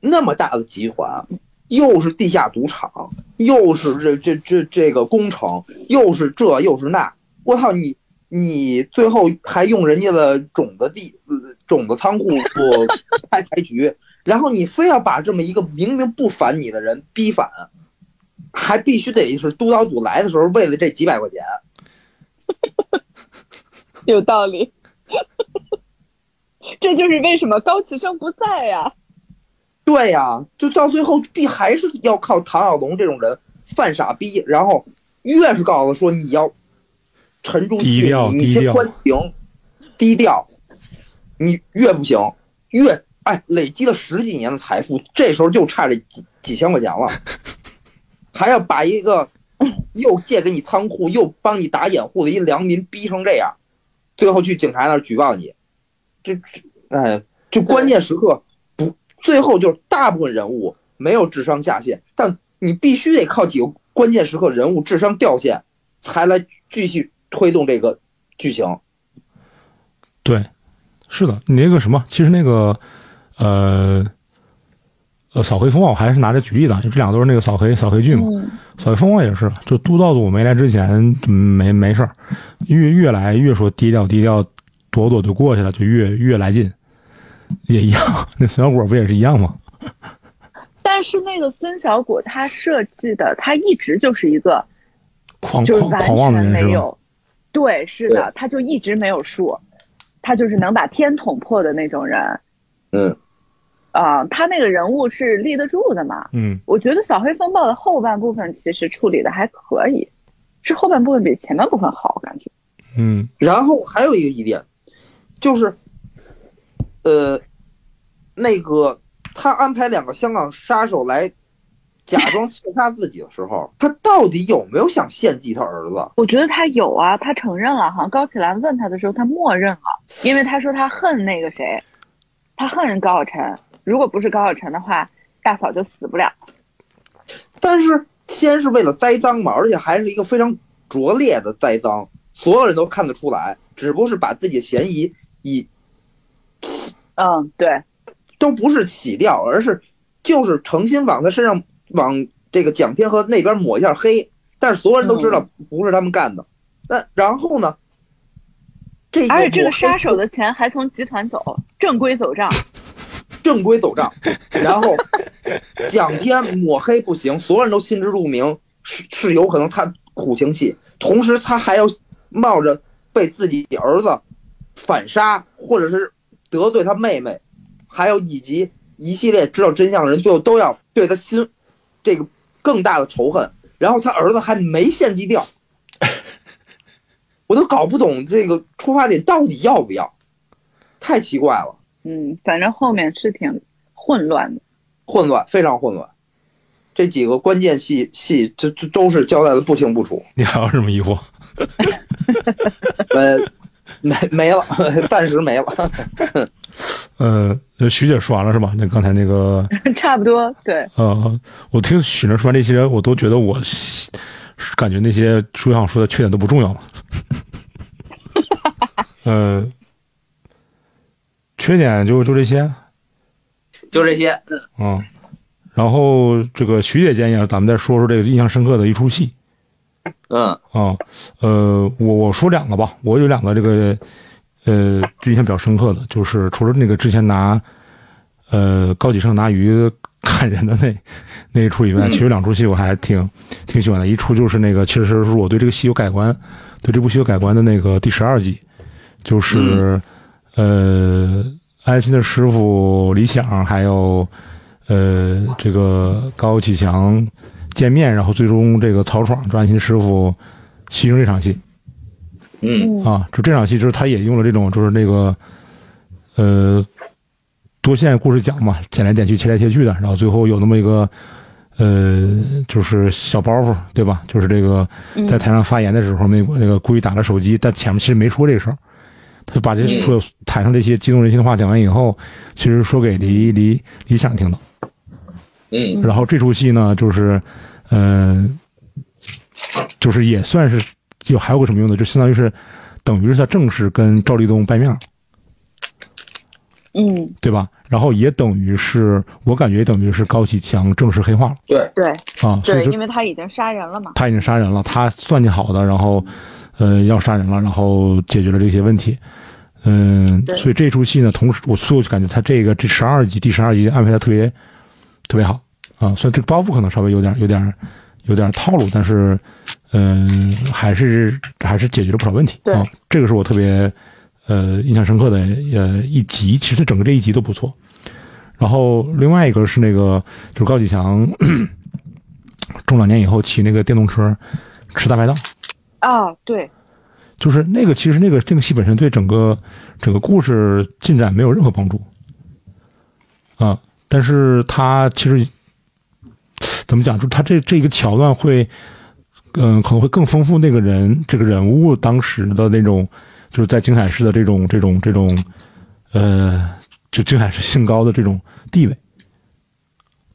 B: 那么大的集团，又是地下赌场，又是这这这这个工程，又是这又是那，我操你！你最后还用人家的种子地、呃种子仓库做开牌局，然后你非要把这么一个明明不反你的人逼反，还必须得是督导组来的时候为了这几百块钱，
D: 有道理。 这就是为什么高启盛不在呀、
C: 嗯
B: 对呀、就到最后必还是要靠唐小龙这种人犯傻逼，然后越是告诉他说你要沉住
C: 低
B: 气，
C: 调
B: 你你
C: 低
B: 先
C: 调
B: 关停，低调，你越不行，越哎累积了十几年的财富，这时候就差这几几千块钱 了，还要把一个 又借给你仓库又帮你打掩护的一良民逼成这样，最后去警察那儿举报你，这这哎，这关键时刻不，最后就是大部分人物没有智商下限，但你必须得靠几个关键时刻人物智商掉线，才来继续推动这个剧情。
C: 对，是的，你那个什么，其实那个，呃，呃，扫黑风暴我还是拿着举例的，因为这两个都是那个扫黑扫黑剧嘛。
D: 嗯，
C: 扫黑风暴也是，就督导组没来之前嗯没没事儿，越越来越说低调低调，躲躲就过去了，就越越来劲，也一样。 那孙小果不也是一样吗？
D: 但是那个孙小果他设计的，他一直就是一个
C: 狂
D: 就是
C: 狂
D: 完
C: 狂妄的
D: 全
C: 人
D: 没
C: 是吧？
D: 有，对，是的，他就一直没有数，他就是能把天捅破的那种人
B: 嗯，
D: 啊、他那个人物是立得住的嘛。
C: 嗯，
D: 我觉得《扫黑风暴》的后半部分其实处理的还可以，是后半部分比前半部分好，感觉。
C: 嗯，
B: 然后还有一个疑点，就是，呃，那个他安排两个香港杀手来假装刺杀自己的时候，他到底有没有想献祭他儿子？
D: 我觉得他有啊，他承认了，好像高启兰问他的时候，他默认了，因为他说他恨那个谁，他恨高晓晨，如果不是高晓晨的话，大嫂就死不了。
B: 但是先是为了栽赃嘛，而且还是一个非常拙劣的栽赃，所有人都看得出来，只不过是把自己的嫌疑以
D: 嗯，对，
B: 都不是洗掉，而是就是诚心往他身上往这个蒋天和那边抹一下黑，但是所有人都知道
D: 嗯
B: 不是他们干的。那、然后呢？这
D: 而且这个杀
B: 抹黑
D: 手的钱还从集团走，正规走 账。
B: 正规走账，然后蒋天抹黑不行，所有人都心知肚明，是是有可能他苦情戏，同时他还要冒着被自己儿子反杀，或者是得罪他妹妹，还有以及一系列知道真相的人，最后都要对他心这个更大的仇恨，然后他儿子还没献祭掉，我都搞不懂这个出发点到底要不要，太奇怪了。
D: 嗯，反正后面是挺混乱的。
B: 混乱，非常混乱。这几个关键戏戏，这这都是交代的不清不楚。
C: 你还有什么疑惑？
B: 呃，没没了， 暂时没了。
C: 呃，徐姐说完了是吧？那刚才那个
D: 差不多，对，
C: 呃，我听许晨说完这些，我都觉得我是感觉那些书上说的缺点都不重要了。 呃，缺点就就这些，
B: 就这些。
C: 嗯。然后这个徐姐建议啊，咱们再说说这个印象深刻的一出戏
B: 嗯
C: 啊、呃，我我说两个吧，我有两个这个呃印象比较深刻的，就是除了那个之前拿呃高启盛拿鱼看人的那那一出以外，
B: 嗯
C: 其实两出戏我还挺挺喜欢的。一出就是那个，其实是我对这个戏有改观，对这部戏有改观的那个第十二集，就是、呃，安心的师傅李想还有呃这个高启强见面，然后最终这个曹闯安心师傅牺牲这场戏。
B: 嗯
D: 嗯
C: 啊，就这场戏，就是他也用了这种，就是那个，呃，多线故事讲嘛，剪来剪去，切来切去的，然后最后有那么一个，呃，就是小包袱，对吧？就是这个
D: 嗯
C: 在台上发言的时候，那个那个故意打了手机，但前面其实没说这事儿，他就把这
B: 嗯
C: 所有台上这些激动人心的话讲完以后，其实说给李李李想听的。
B: 嗯
C: 然后这出戏呢，就是，呃，就是也算是有还有个什么用呢？就相当于是等于是他正式跟赵立东掰面儿，
D: 嗯，
C: 对吧？然后也等于是我感觉也等于是高启强正式黑化了
B: 对，
D: 对
C: 啊，所
D: 对
C: 以，就
D: 因为他已经杀人了嘛。
C: 他已经杀人了，他算计好的，然后呃要杀人了，然后解决了这些问题。嗯，
D: 对
C: 所以这出戏呢，同时我所以我就感觉他这个这十二集第十二集安排的特别特别好啊，虽然这个包袱可能稍微有点有点有点套路，但是嗯、还是还是解决了不少问题
D: 对
C: 啊。这个是我特别呃印象深刻的呃一集，其实整个这一集都不错。然后另外一个是那个就是高启强 中老年以后骑那个电动车吃大排档，
D: 啊，对，
C: 就是那个其实那个这个戏本身对整个整个故事进展没有任何帮助啊，但是他其实怎么讲，就是他这这个桥段会，嗯、可能会更丰富那个人这个人物当时的那种，就是在京海市的这种这种这种，呃，就京海市姓高的这种地位，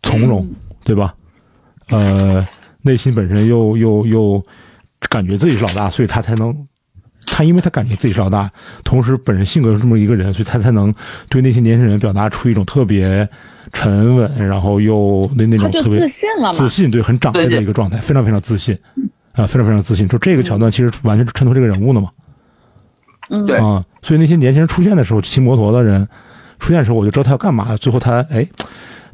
C: 从
D: 嗯
C: 容，对吧？呃，内心本身又又又感觉自己是老大，所以他才能，他因为他感觉自己是老大，同时本人性格是这么一个人，所以他才能对那些年轻人表达出一种特别沉稳，然后又那那
D: 他
C: 种
D: 就
C: 特别
D: 自信了嘛
C: 自。信，对，很长辈的一个状态，非常非常自信，啊、非常非常自信。就这个桥段其实完全是衬托这个人物的嘛，
D: 嗯
B: 对
C: 啊，所以那些年轻人出现的时候，骑摩托的人出现的时候，我就知道他要干嘛。最后他哎，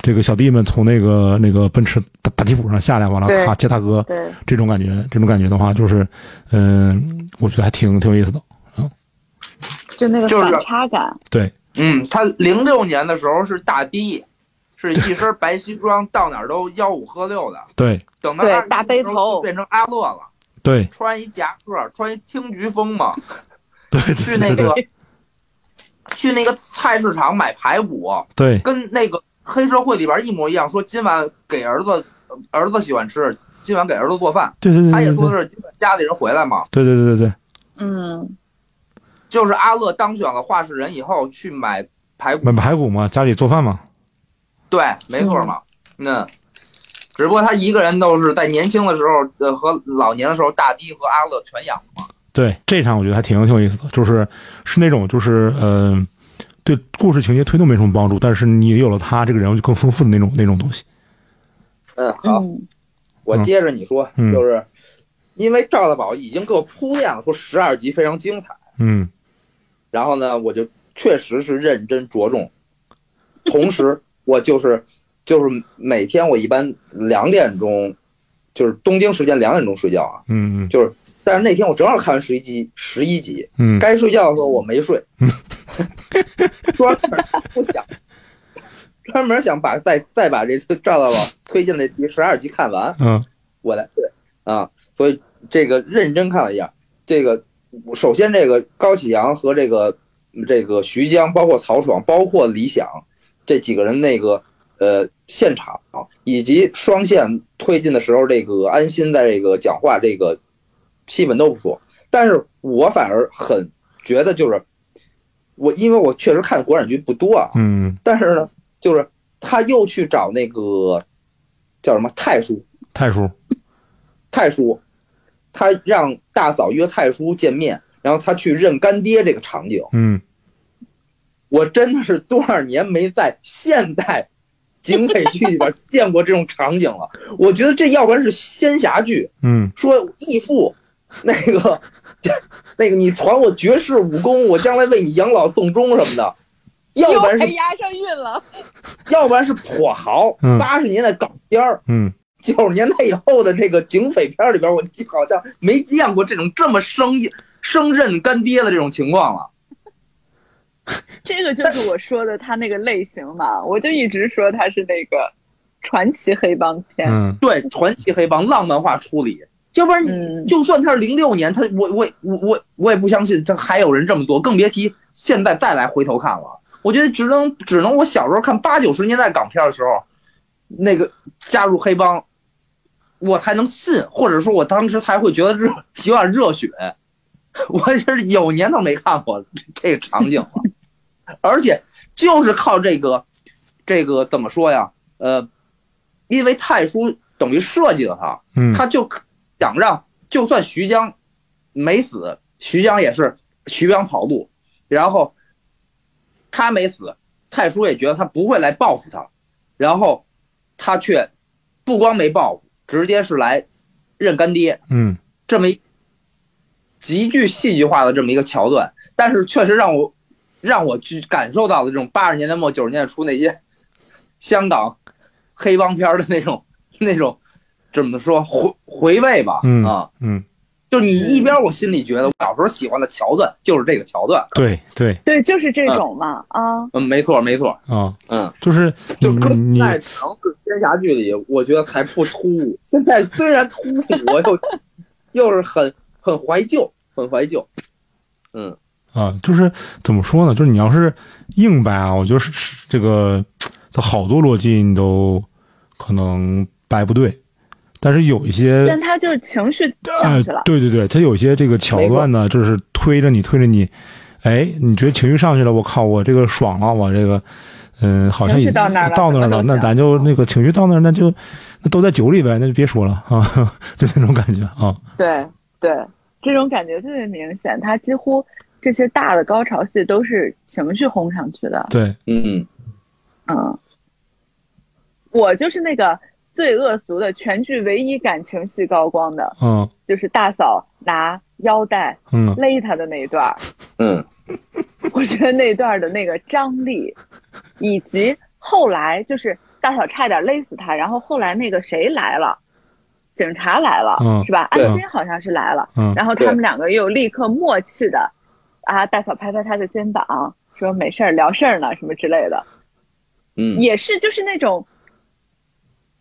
C: 这个小弟们从那个那个奔驰大大吉普上下来，完了
D: 对
C: 咔接大哥，
D: 对，
C: 这种感觉，这种感觉的话，就是嗯、我觉得还挺挺有意思的。
D: 就那个
B: 就是
D: 反差感。
C: 对，
B: 嗯，他零六年的时候是大低，是一身白西装，到哪儿都吆五喝六的。
C: 对，
B: 等到
D: 对
B: 21的
D: 大背
B: 时候
D: 头
B: 就变成阿乐了，
C: 对，
B: 穿一夹克，穿一听菊风嘛，
C: 对，
B: 去
C: 对
B: 那
C: 对对
B: 个去那个菜市场买排骨，
C: 对
B: 跟那个黑社会里边一模一样，说今晚给儿子，呃儿子喜欢吃，今晚给儿子做饭。
C: 对对对，
B: 他也说
C: 对
B: 的是今晚家里人回来嘛，
C: 对对对对
D: 嗯，
B: 就是阿乐当选了话事人以后去买排骨
C: 对，买，排骨嘛，家里做饭嘛，
B: 对，没错嘛，嗯。只不过他一个人都是在年轻的时候，呃，和老年的时候，大堤和阿乐全养了嘛。
C: 对这一场我觉得还挺挺有意思的，就是是那种就是呃，对故事情节推动没什么帮助，但是你有了他这个人物就更丰富的那种那种东西。
B: 嗯，好，
D: 嗯，
B: 我接着你说，
C: 嗯
B: 就是因为赵大宝已经给我铺垫了，说十二集非常精彩，
C: 嗯
B: 然后呢，我就确实是认真着重，同时 我就是就是每天我一般两点钟，就是东京时间两点钟睡觉啊，
C: 嗯
B: 就是但是那天我正好看完十一集，十一集
C: 嗯嗯，
B: 该睡觉的时候我没睡，专门不想。专门想把再再把这赵大宝推荐的第十二集看完，
C: 嗯
B: 我来对啊，所以这个认真看了一下，这个首先这个高启阳和这个这个徐江，包括曹爽，包括李想这几个人那个呃现场、啊、以及双线推进的时候，这个安心在这个讲话这个戏份都不错，但是我反而很觉得就是我因为我确实看国产剧不多啊，
C: 嗯，
B: 但是呢，就是他又去找那个叫什么太叔。
C: 太叔，
B: 太叔，他让大嫂约太叔见面，然后他去认干爹这个场景，
C: 嗯
B: 我真的是多少年没在现代警匪剧里边见过这种场景了。我觉得这要不然是仙侠剧，
C: 嗯
B: 说义父，那个 那个你传我绝世武功，我将来为你养老送终什么的。要不然
D: 哎
B: 是
D: 押上韵了，
B: 要不然是跛豪
C: 嗯，
B: 八十年代港片儿，
C: 嗯，
B: 九十年代以后的这个警匪片儿里边儿，我记好像没见过这种这么生硬生认干爹的这种情况了。
D: 这个就是我说的他那个类型嘛，我就一直说他是那个传奇黑帮片。
C: 嗯，
B: 对，传奇黑帮浪漫化处理，要不然你
D: 嗯
B: 就算他是零六年，他我我我我我也不相信他还有人这么多，更别提现在再来回头看了。我觉得只能只能我小时候看八九十年代港片的时候，那个加入黑帮，我才能信，或者说我当时才会觉得热有点热血。 我就是有年头没看过这这个场景了， 而且就是靠这个，这个怎么说呀？呃，因为太叔等于设计了他，
C: 嗯，
B: 他就想让，就算徐江没死，徐江也是徐江跑路，然后他没死，太叔也觉得他不会来报复他，然后他却不光没报复，直接是来认干爹，
C: 嗯，
B: 这么一极具戏剧化的这么一个桥段，但是确实让我让我去感受到了这种八十年代末九十年代初那些香港黑帮片儿的那种那种怎么说回回味吧，
C: 嗯
B: 啊，
C: 嗯，
B: 就你一边我心里觉得我小时候喜欢的桥段就是这个桥段，
C: 对对
D: 对，就是这种嘛啊，
B: 嗯，没错没错，
C: 啊，
B: 嗯，
C: 就是你
B: 就
C: 你
B: 跟
C: 你
B: 在尝试仙侠剧里，我觉得才不突兀，现在虽然突兀，我又 又是很很怀旧，很怀旧，嗯。
C: 啊，就是怎么说呢？就是你要是硬掰啊，我觉得是是这个，它好多逻辑你都可能掰不对，但是有一些
D: 但他就是情绪
C: 啊、
D: 上去了，
C: 对对对，它有些这个桥段呢，就是推着你推着你，哎，你觉得情绪上去了，我靠，我这个爽了，我这个，嗯，好像
D: 情绪
C: 也
D: 到那儿了
C: 到那儿了，
D: 可能
C: 那
D: 想
C: 咱就那个情绪到那儿，那就那都在酒里呗，那就别说了啊， 就那种感觉啊，
D: 对对，这种感觉特别明显，他几乎这些大的高潮戏都是情绪轰上去的，
C: 对，
B: 嗯，
D: 嗯，我就是那个最恶俗的全剧唯一感情戏高光的，
C: 嗯
D: 就是大嫂拿腰带
C: 嗯
D: 勒他的那一段儿，
B: 嗯，
D: 我觉得那一段儿的那个张力，以及后来就是大嫂差点勒死他，然后后来那个谁来了，警察来了，
C: 嗯
D: 是吧？
B: 对
D: 安心好像是来了，
C: 嗯
D: 然后他们两个又立刻默契的，啊，大嫂拍拍他的肩膀，说没事儿，聊事儿呢，什么之类的，
B: 嗯，
D: 也是就是那种。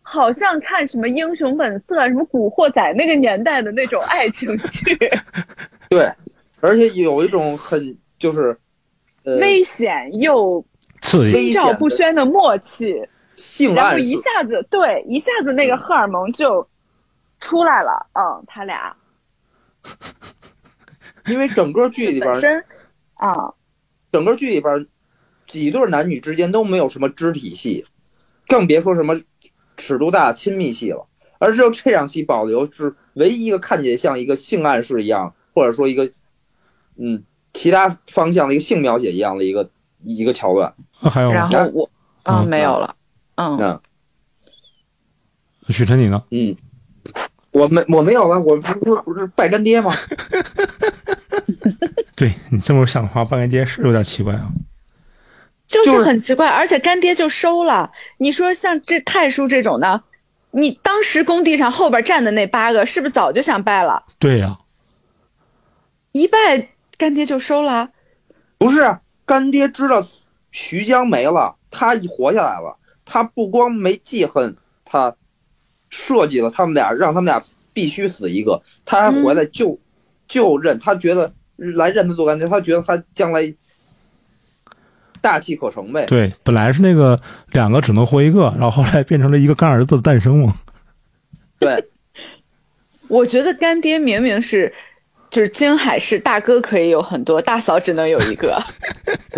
D: 好像看什么《英雄本色》、什么《古惑仔》那个年代的那种爱情 剧，
B: 呃对，而且有一种很就是，呃，
D: 危险又
C: 刺激，
B: 危
D: 心
B: 险
D: 照
B: 的
D: 不宣的默契，
B: 性
D: 然后
B: 暗
D: 一
B: 示，
D: 下子对，一下子那个荷尔蒙就出来了。嗯，他俩
B: 因为整个剧里边
D: 本，身啊、
B: 整个剧里边，几对男女之间都没有什么肢体戏，更别说什么尺度大的亲密戏了。而只有这场戏保留是唯一一个看起来像一个性暗示一样，或者说一个，嗯，其他方向的一个性描写一样的一个一个桥段。
C: 还有
D: 然后我啊、
C: 嗯
D: 没有了，嗯，
B: 嗯
C: 许晨你呢？
B: 嗯，我没我没有了，我不是不是拜干爹吗？
C: 对你这么想的话，半个街是有点奇怪啊，
D: 就
B: 就是
D: 是很奇怪，而且干爹就收了。你说像这太叔这种的，你当时工地上后边站的那八个，是不是早就想拜了？
C: 对呀、
D: 一拜干爹就收了，
B: 不是，干爹知道徐江没了，他活下来了，他不光没记恨他，设计了他们俩，让他们俩必须死一个，他还回
C: 嗯
B: 来就、就认，他觉得来认他做干爹，他觉得他将来大器可成呗。
C: 对，本来是那个两个只能活一个，然后后来变成了一个干儿子的诞生嘛，
B: 对，
E: 我觉得干爹明明是，就是京海市大哥可以有很多，大嫂只能有一个。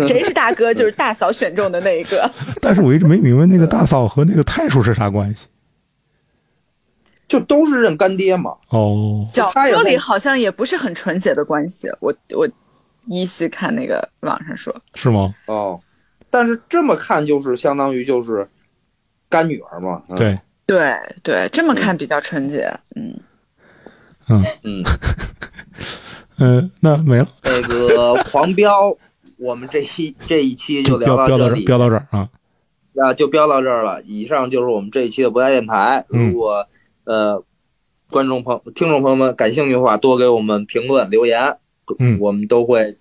E: 谁是大哥，就是大嫂选中的那一个。
C: 但是我一直没明白那个大嫂和那个太叔是啥关系
B: 就都是认干爹嘛。
C: 哦。
E: 小
B: 他有
E: 说里
B: 那
E: 好像也不是很纯洁的关系。我我依稀看那个网上说，
C: 是吗？
B: 哦，但是这么看就是相当于就是干女儿嘛。嗯、，
C: 对，
E: 对对，这么看比较纯洁。嗯，
C: 嗯
B: 嗯，
C: 嗯、呃那没了。
B: 那个黄彪我们这一这一期就聊到
C: 标标到
B: 这
C: 这
B: 里，
C: 标到这儿啊，
B: 那就标到这儿了。以上就是我们这一期的不带电台。
C: 嗯
B: 如果呃观众朋听众朋友们感兴趣的话，多给我们评论留言，
C: 嗯
B: 我们都会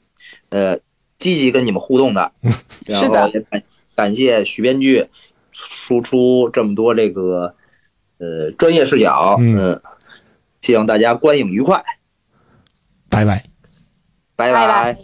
B: 呃积极跟你们互动的。
C: 嗯
B: 然
E: 是
B: 后
E: 的
B: 也感感谢许编剧输出这么多这个呃专业视角，
C: 嗯
B: 嗯，希望大家观影愉快，
C: 拜拜。
B: 拜
E: 拜
B: 拜
E: 拜。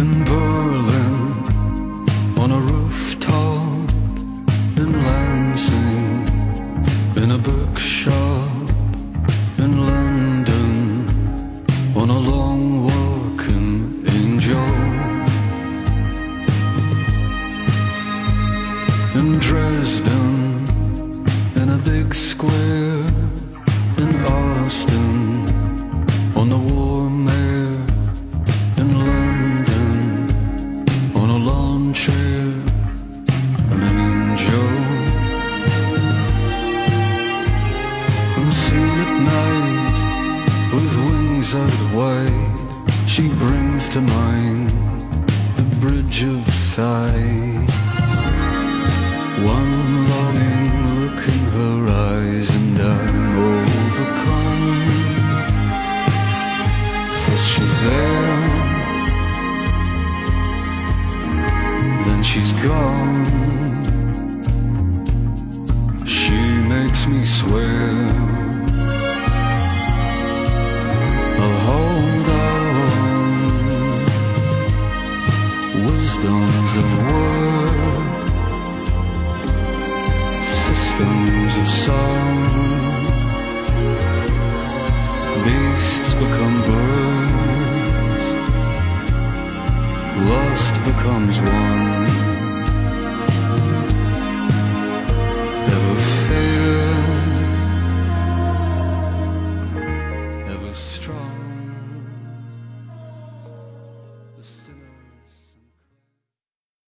F: in Berlin on a rooftop in Lansing in a bookshop in London on a long walk in Angel in Dresden in a big square in Austin on the warm air in London on a lawn chair, an angel. And seen at night with wings out wide, she brings to mind the bridge of sight. One longing look in her eyes, and I'm overcome. First she's there, then she's gone. She makes me swear I'll hold on. Wisdoms of word, systems of song beasts become birds, lost becomes one.